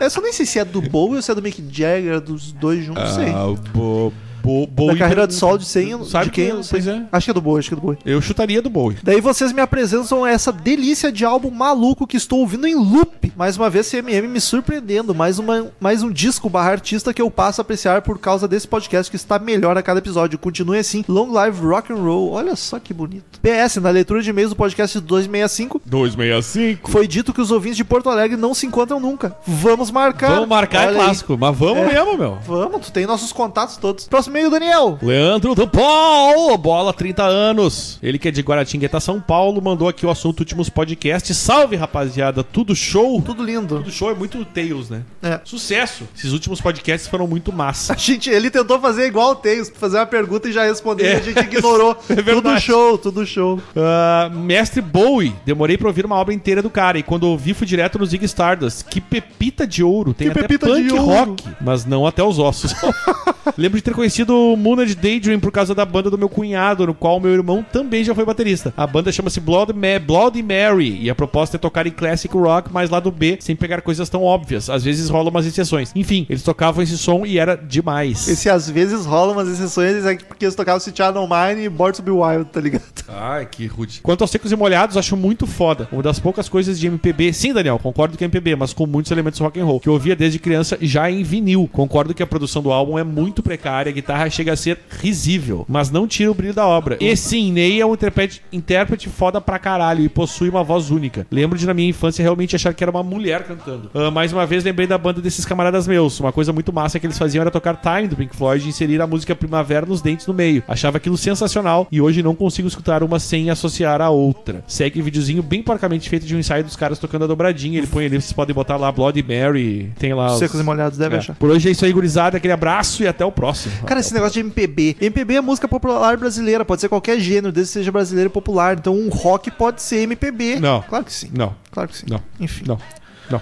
Essa eu nem sei se é do Bowie ou se é do Mick Jagger, dos dois juntos, não sei.
Ah, bo, bo, Bowie
da carreira de
pergunta.
solo de 100, eu-
Sabe
de quem?
que-
eu não sei.
pois é.
Acho que é do Bowie, acho que é do Bowie.
Eu chutaria do Bowie.
Daí vocês me apresentam essa delícia de álbum maluco que estou ouvindo em loop. Mais uma vez, CMM me surpreendendo. Mais, uma, mais um disco barra artista que eu passo a apreciar por causa desse podcast que está melhor a cada episódio. Continue assim. Long live rock and roll. Olha só que bonito. PS, na leitura de e-mails do podcast 265,
265.
foi dito que os ouvintes de Porto Alegre não se encontram nunca. Vamos marcar.
Vamos marcar é
Olha aí.
clássico, mas vamos mesmo, meu.
Vamos, tu tem nossos contatos todos. Próximo e-mail, Daniel.
Leandro do Paulo, bola 30 anos. Ele que é de Guaratinguetá, São Paulo, mandou aqui o assunto últimos podcasts. Salve, rapaziada, tudo show?
Tudo lindo.
Tudo show é muito Tails, né?
É.
Sucesso. Esses últimos podcasts foram muito massa.
A gente, ele tentou fazer igual o Tails, fazer uma pergunta e já respondeu,
É.
e a gente ignorou.
É verdade.
tudo show, tudo show.
Ah, Mestre Bowie, demorei pra ouvir uma obra inteira do cara e quando ouvi fui direto no Zig Stardust. Que pepita de ouro, tem
Que
até
pepita
punk
de ouro.
rock, mas não até os ossos. Lembro de ter conhecido o Mooned Daydream por causa da banda do meu cunhado, no qual meu irmão também já foi baterista. A banda chama-se Blood, Ma- Bloody Mary e a proposta é tocar em classic rock, mas lá do B, sem pegar coisas tão óbvias. Às vezes rolam umas exceções. Enfim, eles tocavam esse som e era demais.
Esse às vezes rola umas exceções, é porque eles tocavam City No Mine e Born to be Wild, tá ligado?
Ai, que rude. Quanto aos secos e molhados, acho muito foda. Uma das poucas coisas de MPB, sim, Daniel, concordo que é MPB, mas com muitos elementos rock and roll, que eu ouvia desde criança já em vinil. Concordo que a produção do álbum é muito precária, a guitarra chega a ser risível, mas não tira o brilho da obra. E sim, Ney é um intérprete, intérprete foda pra caralho e possui uma voz única. Lembro de na minha infância realmente achar que era uma mulher cantando. Ah, mais uma vez lembrei da banda desses camaradas meus. Uma coisa muito massa que eles faziam era tocar Time do Pink Floyd e inserir a música Primavera nos dentes no meio. Achava aquilo sensacional e hoje não consigo escutar uma sem associar a outra. Segue videozinho bem porcamente feito de um ensaio dos caras tocando a dobradinha. Ele põe ali, vocês podem botar lá Bloody Mary, tem lá os...
Secos e molhados, deve
É.
achar.
Por hoje é isso aí, gurizada. Aquele abraço e até o próximo.
Cara, esse negócio de MPB. MPB é música popular brasileira, pode ser qualquer gênero, desde que seja brasileiro e popular. Então um rock pode ser MPB.
Não.
Claro que sim.
Não,
Claro que sim.
não,
Enfim.
não.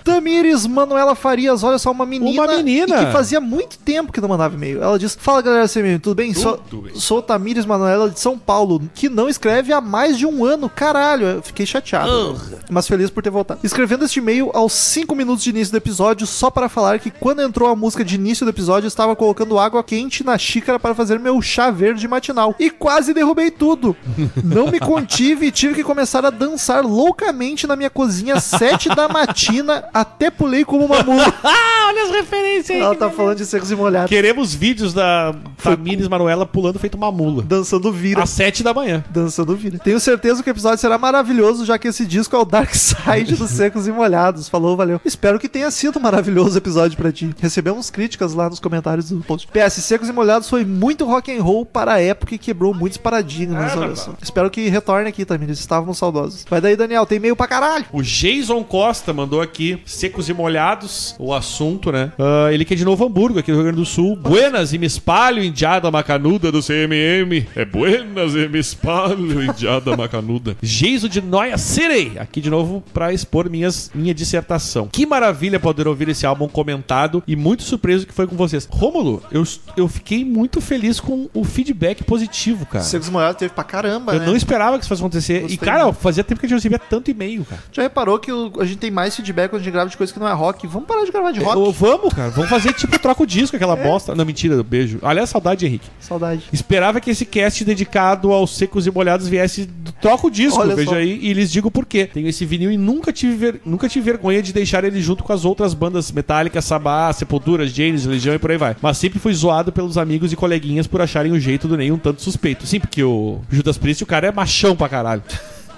Tamires Manuela Farias, olha só, uma menina.
Uma menina.
e Que fazia muito tempo que não mandava e-mail. Ela diz: Fala galera, CMM, tudo bem? sou, sou Tamires Manuela de São Paulo, que não escreve há mais de um ano. Caralho, eu fiquei chateado. Mas feliz por ter voltado. Escrevendo este e-mail aos 5 minutos de início do episódio, só para falar que quando entrou a música de início do episódio, eu estava colocando água quente na xícara para fazer meu chá verde matinal. E quase derrubei tudo. Não me contive e tive que começar a dançar loucamente na minha cozinha às 7 da matina, até pulei como uma mula.
Ah, Olha as referências
Ela tá falando de secos e molhados.
Queremos vídeos da Tamires Manuela pulando feito uma mula.
Dançando vira.
Às sete da manhã.
Dançando vira. Tenho certeza que o episódio será maravilhoso, já que esse disco é o Dark Side dos Secos e Molhados. Falou, valeu. Espero que tenha sido um maravilhoso episódio pra ti. Recebemos críticas lá nos comentários do post. PS, Secos e Molhados foi muito rock and roll para a época e quebrou muitos paradigmas.
É,
olha só. Espero que retorne aqui também, eles estavam saudosos. Vai daí, Daniel, tem e-mail pra caralho.
O Jason Costa mandou aqui, secos e molhados, o assunto, né? Ah, ele que é de Novo Hamburgo, aqui do Rio Grande do Sul. Buenas e me espalho, indiada macanuda do CMM. É buenas e me espalho, indiada macanuda. Jason de Noia City, aqui de novo pra expor minhas, minha dissertação. Que maravilha poder ouvir esse álbum comentado e muito surpreso que foi com vocês. Rômulo, eu, eu fiquei muito feliz com o feedback positivo, cara.
Secos e Molhados teve pra caramba,
Eu
né?
não esperava que isso fosse acontecer.
Gostei
e, cara, fazia tempo que a gente não recebia tanto e-mail, cara.
Já reparou que o- a gente tem mais feedback quando a gente grava de coisa que não é rock? Vamos parar de gravar de rock.
É, Ô, vamos, cara. Vamos fazer tipo troca o
É.
disco, aquela bosta. Não, mentira, beijo. Aliás, saudade, Henrique.
Saudade.
Esperava que esse cast dedicado aos secos e molhados viesse do troca o disco,
Olha
veja
só.
aí, e lhes digo por quê. Tenho esse vinil e nunca tive, ver- nunca tive vergonha de deixar ele junto com as outras bandas Metallica, Sabá, Sepultura, James, Legião e por aí vai. Mas sempre fui zoado pelos amigos e um coleguinhas por acharem o jeito do Ney um tanto suspeito. Sim, porque o Judas Priest, o cara é machão pra caralho.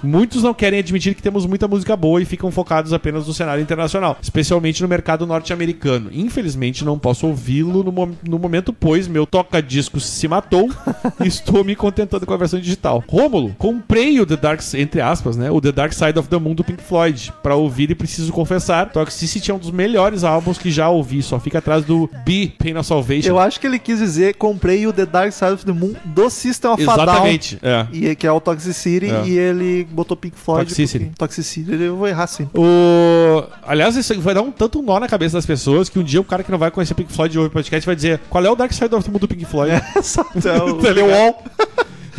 Muitos não querem admitir que temos muita música boa e ficam focados apenas no cenário internacional, especialmente no mercado norte-americano. Infelizmente, não posso ouvi-lo no, mo- no momento, pois meu toca-disco se matou e estou me contentando com a versão digital. Rômulo, comprei o The Dark, entre aspas, né? O The Dark Side of the Moon do Pink Floyd para ouvir e preciso confessar, Toxicity é um dos melhores álbuns que já ouvi, só fica atrás do B, Pain of Salvation.
Eu acho que ele quis dizer, comprei o The Dark Side of the Moon do System of a Down.
Exatamente. É.
E, que é o Toxicity,
É.
e ele botou Pink Floyd.
Toxicity.
porque- Toxicity, eu vou errar sim.
O... Aliás, isso vai dar um tanto nó na cabeça das pessoas que um dia o cara que não vai conhecer Pink Floyd e ouve o podcast vai dizer qual é o Dark Side of the Moon do Pink Floyd?
Então,
Tá ligado?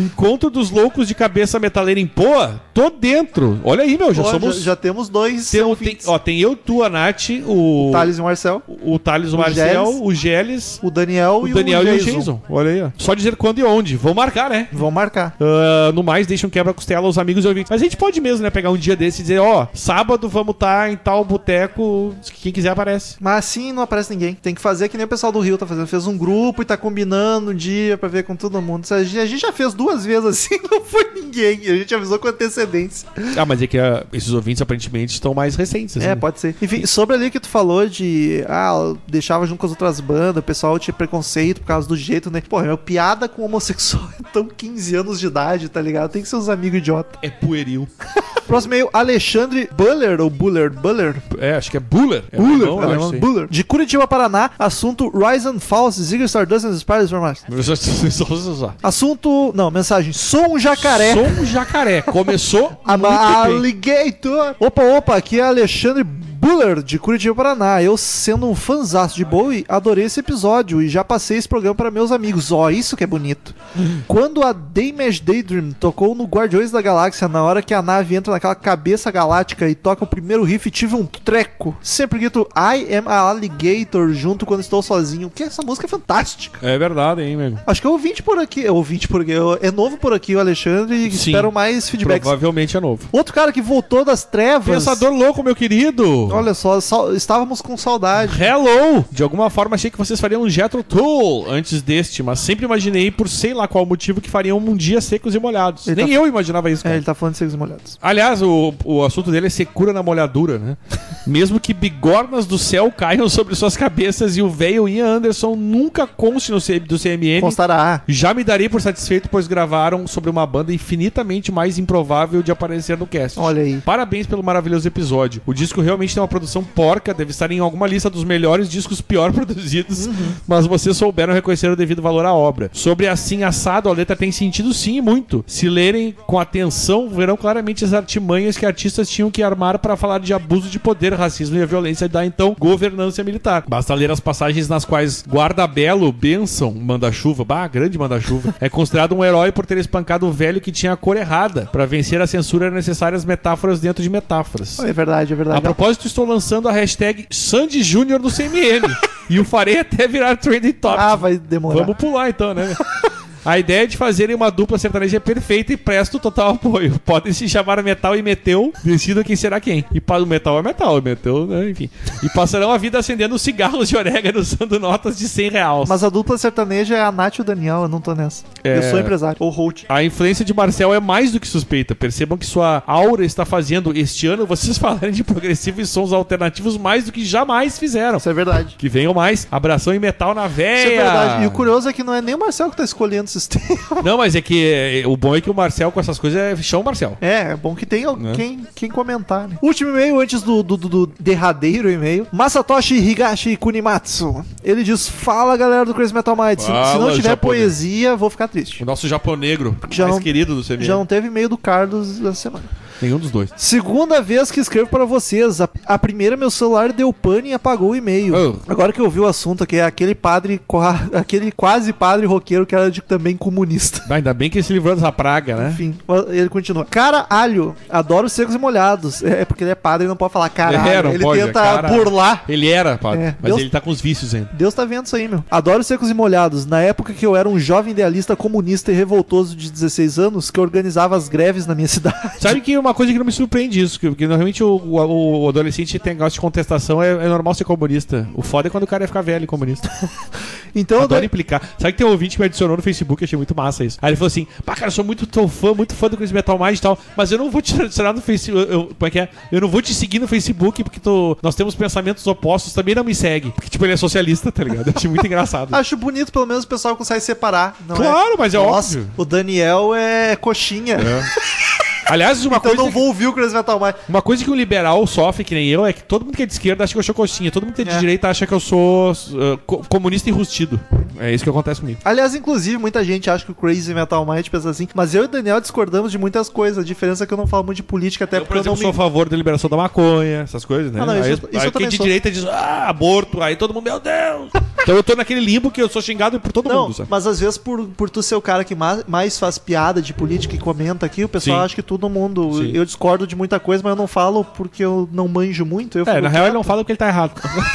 Encontro dos loucos de cabeça metaleira em Poa? Tô dentro. Olha aí, meu, já
Pô,
somos...
já, já temos dois
tem, um, tem,
ouvintes.
ó, tem eu, tu, a Nath, o...
Thales e o Marcel,
O Thales, o
o
Marcel,
Geles.
o Geles,
o Daniel,
o Daniel e o
Jason.
Jason. Olha aí, ó. Só dizer quando e onde. Vão marcar, né?
Vão marcar.
Ah, no mais, deixa um quebra-costela aos amigos e ouvintes. Mas a gente pode mesmo, né? Pegar um dia desse e dizer, ó, sábado vamos estar em tal boteco, quem quiser aparece.
Mas assim não aparece ninguém. Tem que fazer que nem o pessoal do Rio tá fazendo. Fez um grupo e tá combinando um dia pra ver com todo mundo. Se A gente, a gente já fez duas vezes assim, não foi ninguém. A gente avisou com antecedência.
Ah, mas é que ah, esses ouvintes aparentemente estão mais recentes. assim.
É, pode ser. Enfim, sobre ali que tu falou de. Ah, deixava junto com as outras bandas, o pessoal tinha preconceito por causa do jeito, né? Porra, meu, piada com homossexual é tão 15 anos de idade, tá ligado? Tem que ser uns amigos idiota.
É pueril.
Próximo meio, Alexandre Buller, ou Buller, Buller.
É, acho que é Buller. É
Buller,
alemão,
alemão,
eu acho, sim.
Buller. De Curitiba, Paraná, assunto Rise and Falls, Ziggy Stardust and the Spiders from Mars.
Só- só- só- só- só.
Assunto. Não, mensagem. Sou um jacaré.
Sou um jacaré. Começou
A- a-
muito bem.
Alligator. Opa, opa, aqui é Alexandre Buller, de Curitiba, Paraná. Eu, sendo um fanzaço de Bowie, adorei esse episódio e já passei esse programa para meus amigos. Ó, isso que é bonito. Quando a Damage Daydream tocou no Guardiões da Galáxia, na hora que a nave entra naquela cabeça galáctica e toca o primeiro riff, tive um treco. Sempre grito I am a Alligator junto quando estou sozinho. Que essa música é fantástica.
É verdade, hein, amigo.
Acho que é ouvinte por aqui. É ouvinte por aqui. É novo por aqui o Alexandre e
Sim.
espero mais feedbacks.
Provavelmente é novo.
Outro cara que voltou das trevas.
Pensador louco, meu querido.
Olha só, sal- estávamos com saudade.
Hello! De alguma forma achei que vocês fariam um Jetro Tool antes deste, mas sempre imaginei, por sei lá qual motivo, que fariam um dia secos e molhados.
Ele
Nem
tá-
eu imaginava isso,
É,
cara.
ele tá falando de seios molhados.
Aliás, o, o assunto dele é secura na molhadura, né? Mesmo que bigornas do céu caiam sobre suas cabeças e o velho Ian Anderson nunca conste no C- do CMM,
Constará.
já me darei por satisfeito, pois gravaram sobre uma banda infinitamente mais improvável de aparecer no cast.
Olha aí.
Parabéns pelo maravilhoso episódio. O disco realmente tem uma produção porca, deve estar em alguma lista dos melhores discos pior produzidos, mas vocês souberam reconhecer o devido valor à obra. Sobre assim assado, a letra tem sentido sim e muito. Se lerem com atenção, verão claramente as artimanhas que artistas tinham que armar para falar de abuso de poder, racismo e a violência da então governança militar. Basta ler as passagens nas quais Guardabelo Benson, manda-chuva, bah, grande manda-chuva, é considerado um herói por ter espancado o velho que tinha a cor errada. Para vencer a censura eram necessárias metáforas dentro de metáforas.
É verdade, é
A
verdade.
propósito, estou lançando a hashtag Sandy Júnior no CMN. e o farei até virar trending topic.
Ah, vai demorar.
Vamos pular então, né? A ideia de fazerem uma dupla sertaneja é perfeita e presto total apoio. Podem se chamar Metal e Meteu, decidam quem será quem. E para o Metal é Metal, Meteu, né? enfim. E passarão a vida acendendo cigarros de orégano usando notas de 100 reais.
Mas a dupla sertaneja é a Nath e o Daniel, eu não tô nessa.
É.
Eu sou empresário. Ou Holt.
A influência de Marcel é mais do que suspeita. Percebam que sua aura está fazendo este ano vocês falarem de progressivo e sons alternativos mais do que jamais fizeram.
Isso é verdade.
Que venham mais. Abração e metal na véia.
Isso é verdade. E o curioso é que não é nem o Marcel que tá escolhendo esses temas.
Não, mas é que é, o bom é que o Marcel com essas coisas é chão Marcel.
É, é bom que tem
Né?
alguém, quem, quem comentar, né? Último e-mail antes do, do, do- do derradeiro e-mail. Masatoshi Higashi Kunimatsu. Ele diz: Fala galera do Crazy Metal Mind. Se, se não
Fala,
tiver
japonês.
poesia, vou ficar triste.
O nosso Japão Negro,
Já
mais
não-
querido do CMN.
Já não teve e-mail do Carlos da semana.
Nenhum dos dois.
Segunda vez que escrevo para vocês. A, a primeira, meu celular deu pane e apagou o e-mail.
Oh.
Agora que eu vi o assunto, que é aquele padre, qua- aquele quase padre roqueiro que era de- também comunista.
Ah, ainda bem que ele se livrou dessa praga, né?
Enfim, ele continua. Caralho, adoro secos e molhados. É é porque ele é padre e não pode falar caralho.
É, não
ele
pode, é
tenta
caralho.
burlar.
Ele era, padre,
É.
mas
Deus-
ele tá com os vícios ainda.
Deus tá vendo isso aí, meu. Adoro secos e molhados. Na época que eu era um jovem idealista comunista e revoltoso de 16 anos, que organizava as greves na minha cidade.
Sabe que uma coisa que não me surpreende isso, que, que normalmente o, o- o adolescente tem negócio de contestação, é, é normal ser comunista. O foda é quando o cara ia ficar velho e comunista.
Então,
Adoro
daí-
implicar. Sabe que tem um ouvinte que me adicionou no Facebook, eu achei muito massa isso. Aí ele falou assim: pá, cara, eu sou muito teu fã, muito fã do Chris Metal Mind e tal, mas eu não vou te adicionar no Facebook. Eu, eu- como é que é? Eu não vou te seguir no Facebook porque tu- nós temos pensamentos opostos, também não me segue. Porque, tipo, ele é socialista, tá ligado? Eu achei muito engraçado.
Acho bonito, pelo menos o pessoal consegue separar. não é?
Claro, mas é
Nossa,
óbvio.
O Daniel é coxinha.
É. Aliás, uma
Então
coisa.
não vou ouvir o Crazy Metal Mind.
Uma coisa que um liberal sofre, que nem eu, é que todo mundo que é de esquerda acha que eu sou coxinha, todo mundo que é de
É.
direita acha que eu sou uh, co- comunista enrustido. É isso que acontece comigo.
Aliás, inclusive, muita gente acha que o Crazy Metal Mind pensa assim, mas eu e o Daniel discordamos de muitas coisas. A diferença é que eu não falo muito de política, até
Eu, por
porque eu
exemplo,
não
sou a
me...
favor da liberação da maconha, essas coisas, né?
Ah, não,
aí
isso- isso
aí
eu
quem
também
de
sou.
direita diz, ah, aborto, aí todo mundo, meu Deus! então eu tô naquele limbo que eu sou xingado por todo
Não,
mundo, sabe?
mas às vezes por, por tu ser o cara que ma- mais faz piada de política e comenta aqui, o pessoal
Sim.
acha que todo mundo.
Sim.
Eu discordo de muita coisa, mas eu não falo porque eu não manjo muito. Eu
É,
fico
na real ele não fala porque ele tá errado.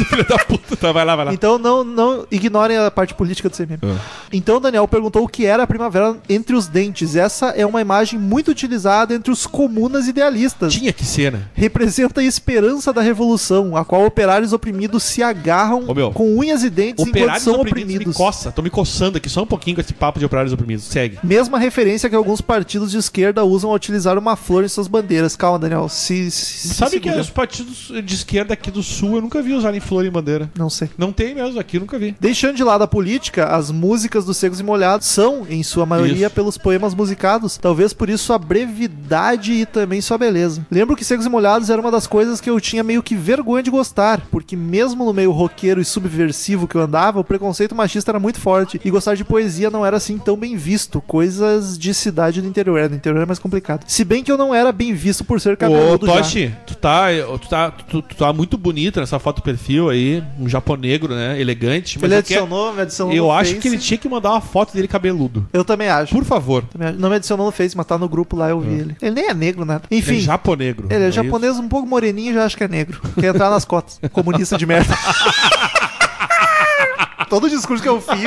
Filho da puta, tá, vai lá, vai lá.
Então não, não ignorem a parte política do CMM.
É.
Então o Daniel perguntou o que era a primavera entre os dentes. Essa é uma imagem muito utilizada entre os comunas idealistas.
Tinha que ser, né?
Representa a esperança da revolução, a qual operários oprimidos se agarram
Ô, meu,
com unhas e dentes enquanto
Operários
são
oprimidos, me
oprimidos.
coça. Tô me coçando aqui só um pouquinho com esse papo de operários oprimidos. Segue.
Mesma referência que alguns partidos de esquerda usam ao utilizar uma flor em suas bandeiras. Calma, Daniel. Se, se- se
Sabe que
segura.
os partidos de esquerda aqui do sul eu nunca vi usarem flor em bandeira.
Não sei.
Não tem mesmo aqui, eu nunca vi.
Deixando de lado a política, as músicas dos Secos e Molhados são, em sua maioria,
Isso.
pelos poemas musicados, talvez por isso sua brevidade e também sua beleza. Lembro que Secos e Molhados era uma das coisas que eu tinha meio que vergonha de gostar, porque mesmo no meio roqueiro e subversivo que eu andava, o preconceito machista era muito forte, e gostar de poesia não era assim tão bem visto, coisas de cidade do interior, é, do interior é mais complicado. Se bem que eu não era bem visto por ser
Ô,
cabeludo já.
Toshi, tu tá, tu, tá, tu, tu tá muito bonito nessa foto do perfil aí, um japonegro, né? Elegante. Mas
Ele é
eu, quero-
adicionou, me adicionou
eu
no
acho
Face.
que ele tinha que mandar uma foto dele cabeludo.
Eu também acho.
Por favor.
Também acho. Não me adicionou no Face, mas tá no grupo lá, eu vi ele. Ele nem é negro, nada. Enfim,
Ah. É japonegro.
ele é
isso?
japonês, um pouco moreninho, já acho que é negro. Quer entrar nas cotas. Comunista de merda. Todo o discurso que eu fiz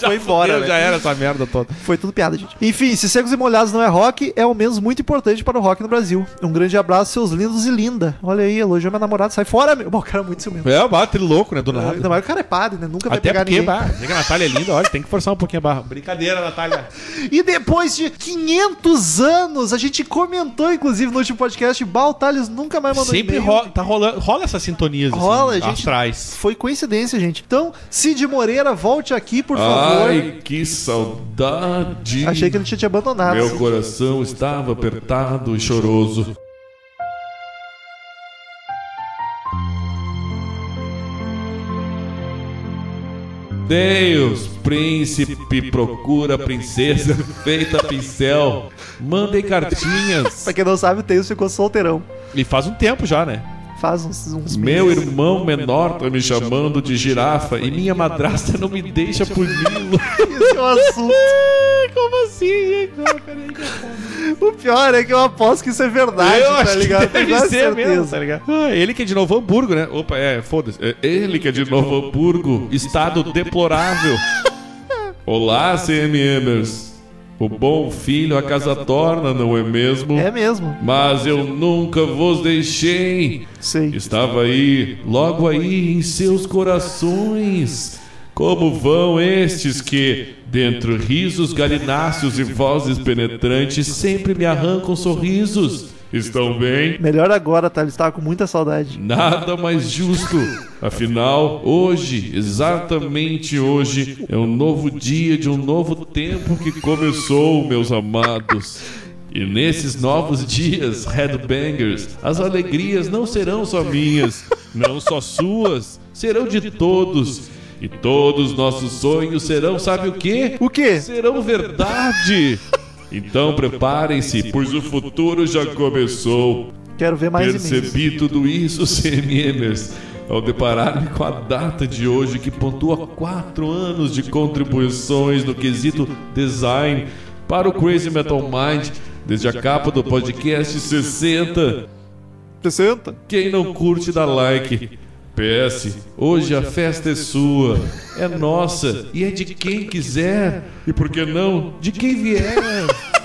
já, foi embora.
Meu,
velho.
já era essa merda toda.
Foi tudo piada, gente. Enfim, se Secos e Molhados não é rock, é ao menos muito importante para o rock no Brasil. Um grande abraço, seus lindos e linda. Olha aí, elogiou meu namorado. Sai fora, meu. Bom, o cara é muito ciumento.
É, bate ele louco, né? Do nada.
Ainda mais que o cara é padre, né? Nunca vai
Até
pegar
porque,
ninguém.
bah, já que a Natália é linda, olha, tem que forçar um pouquinho a barra. Brincadeira, Natália.
E depois de 500 anos, a gente comentou, inclusive, no último podcast, Baltalhos nunca mais mandou
Sempre
e-mail.
rola, tá rolando, rola essas sintonias assim,
Rola, gente.
astrais.
Foi coincidência, gente. Então, Cid Moreira, volte aqui, por favor.
que saudade!
Achei que ele assim. tinha te abandonado.
Meu coração estava apertado e choroso. Deus, príncipe, procura a princesa feita a pincel. Mandem cartinhas.
Pra quem não sabe, o Tails ficou solteirão.
E faz um tempo já, né?
Faz uns, uns
Meu
meses.
irmão menor tá me chamando de girafa e minha madrasta não me deixa puni-lo.
Esse é o assunto.
Como assim, gente?
O pior é que eu aposto que isso é verdade,
Eu
tá
acho
ligado?
que deve
Tenho quase
ser mesmo, tá ligado? Ah, ele que é de Novo Hamburgo, né? Opa, é, foda-se. É,
Ele que é de Novo Hamburgo, estado deplorável. Olá, CMMers. O bom filho a casa torna, não é mesmo?
É mesmo,
Mas eu nunca vos deixei.
sei.
Estava aí, logo aí, em seus corações. Como vão estes que, dentro risos galináceos e vozes penetrantes, sempre me arrancam sorrisos? Estão bem?
Melhor agora, tá? Ele estava com muita saudade.
Nada mais justo. Afinal, hoje, exatamente hoje, é um novo dia de um novo tempo que começou, meus amados. E nesses novos dias, Headbangers, as alegrias não serão só minhas, não só suas, serão de todos. E todos nossos sonhos serão, sabe o quê?
O quê?
serão verdade. Então preparem-se, pois o futuro já começou.
Quero ver mais e-mails.
Percebi tudo isso, CMMers, ao deparar-me com a data de hoje que pontua quatro anos de contribuições no quesito design para o Crazy Metal Mind, desde a capa do podcast 60.
60?
Quem não curte, dá like. PS, hoje a festa é sua, é nossa e é de quem quiser. E por que não? De quem vier.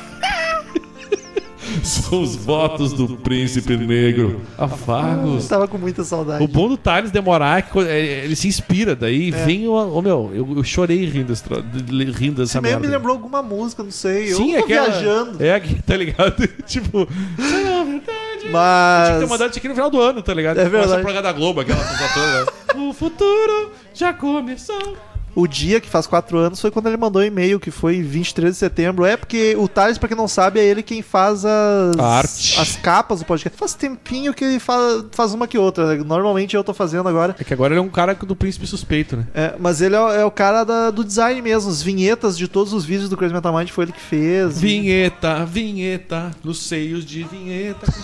São os votos do príncipe negro. Afagos.
Estava com muita saudade.
O bom do Thales demorar é que co- é- ele se inspira, daí
É.
vem o. Ô meu, eu, eu chorei rindo, desse tro- de- de- rindo dessa
Esse meio
merda.
me lembrou alguma música, não sei.
Sim,
eu
é
tô
que ela-
viajando.
É, que, tá ligado? tipo, sei lá, é verdade. Tinha que ter
Mas.
mandado isso aqui no final do ano, tá ligado?
É
Essa
verdade.
praga da Globo, aquela toda, né? O futuro já começou.
O dia que faz quatro anos foi quando ele mandou um e-mail, que foi 23 de setembro. É porque o Thales, pra quem não sabe, é ele quem faz as,
A arte.
as capas do podcast. Faz tempinho que ele faz, faz uma que outra. né? Normalmente eu tô fazendo agora.
É que agora ele é um cara do príncipe suspeito, né?
É, mas ele é, o- é o cara da- do design mesmo. As vinhetas de todos os vídeos do Crazy Metal Mind foi ele que fez.
Vinheta, vinheta, nos seios de vinheta.
Que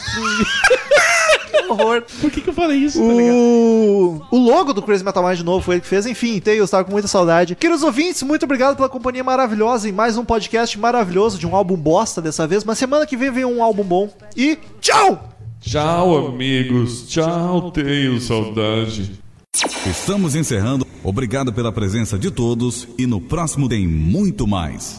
um horror.
Por que, que eu falei isso, tá ligado?
O... o logo do Crazy Metal Mind de novo foi ele que fez. Enfim, Tails, tava com muita saudade. Queridos ouvintes, muito obrigado pela companhia maravilhosa em mais um podcast maravilhoso de um álbum bosta dessa vez. Mas semana que vem vem um álbum bom. E tchau!
Tchau, amigos. Tchau, tenho saudade.
Estamos encerrando. Obrigado pela presença de todos e no próximo tem muito mais.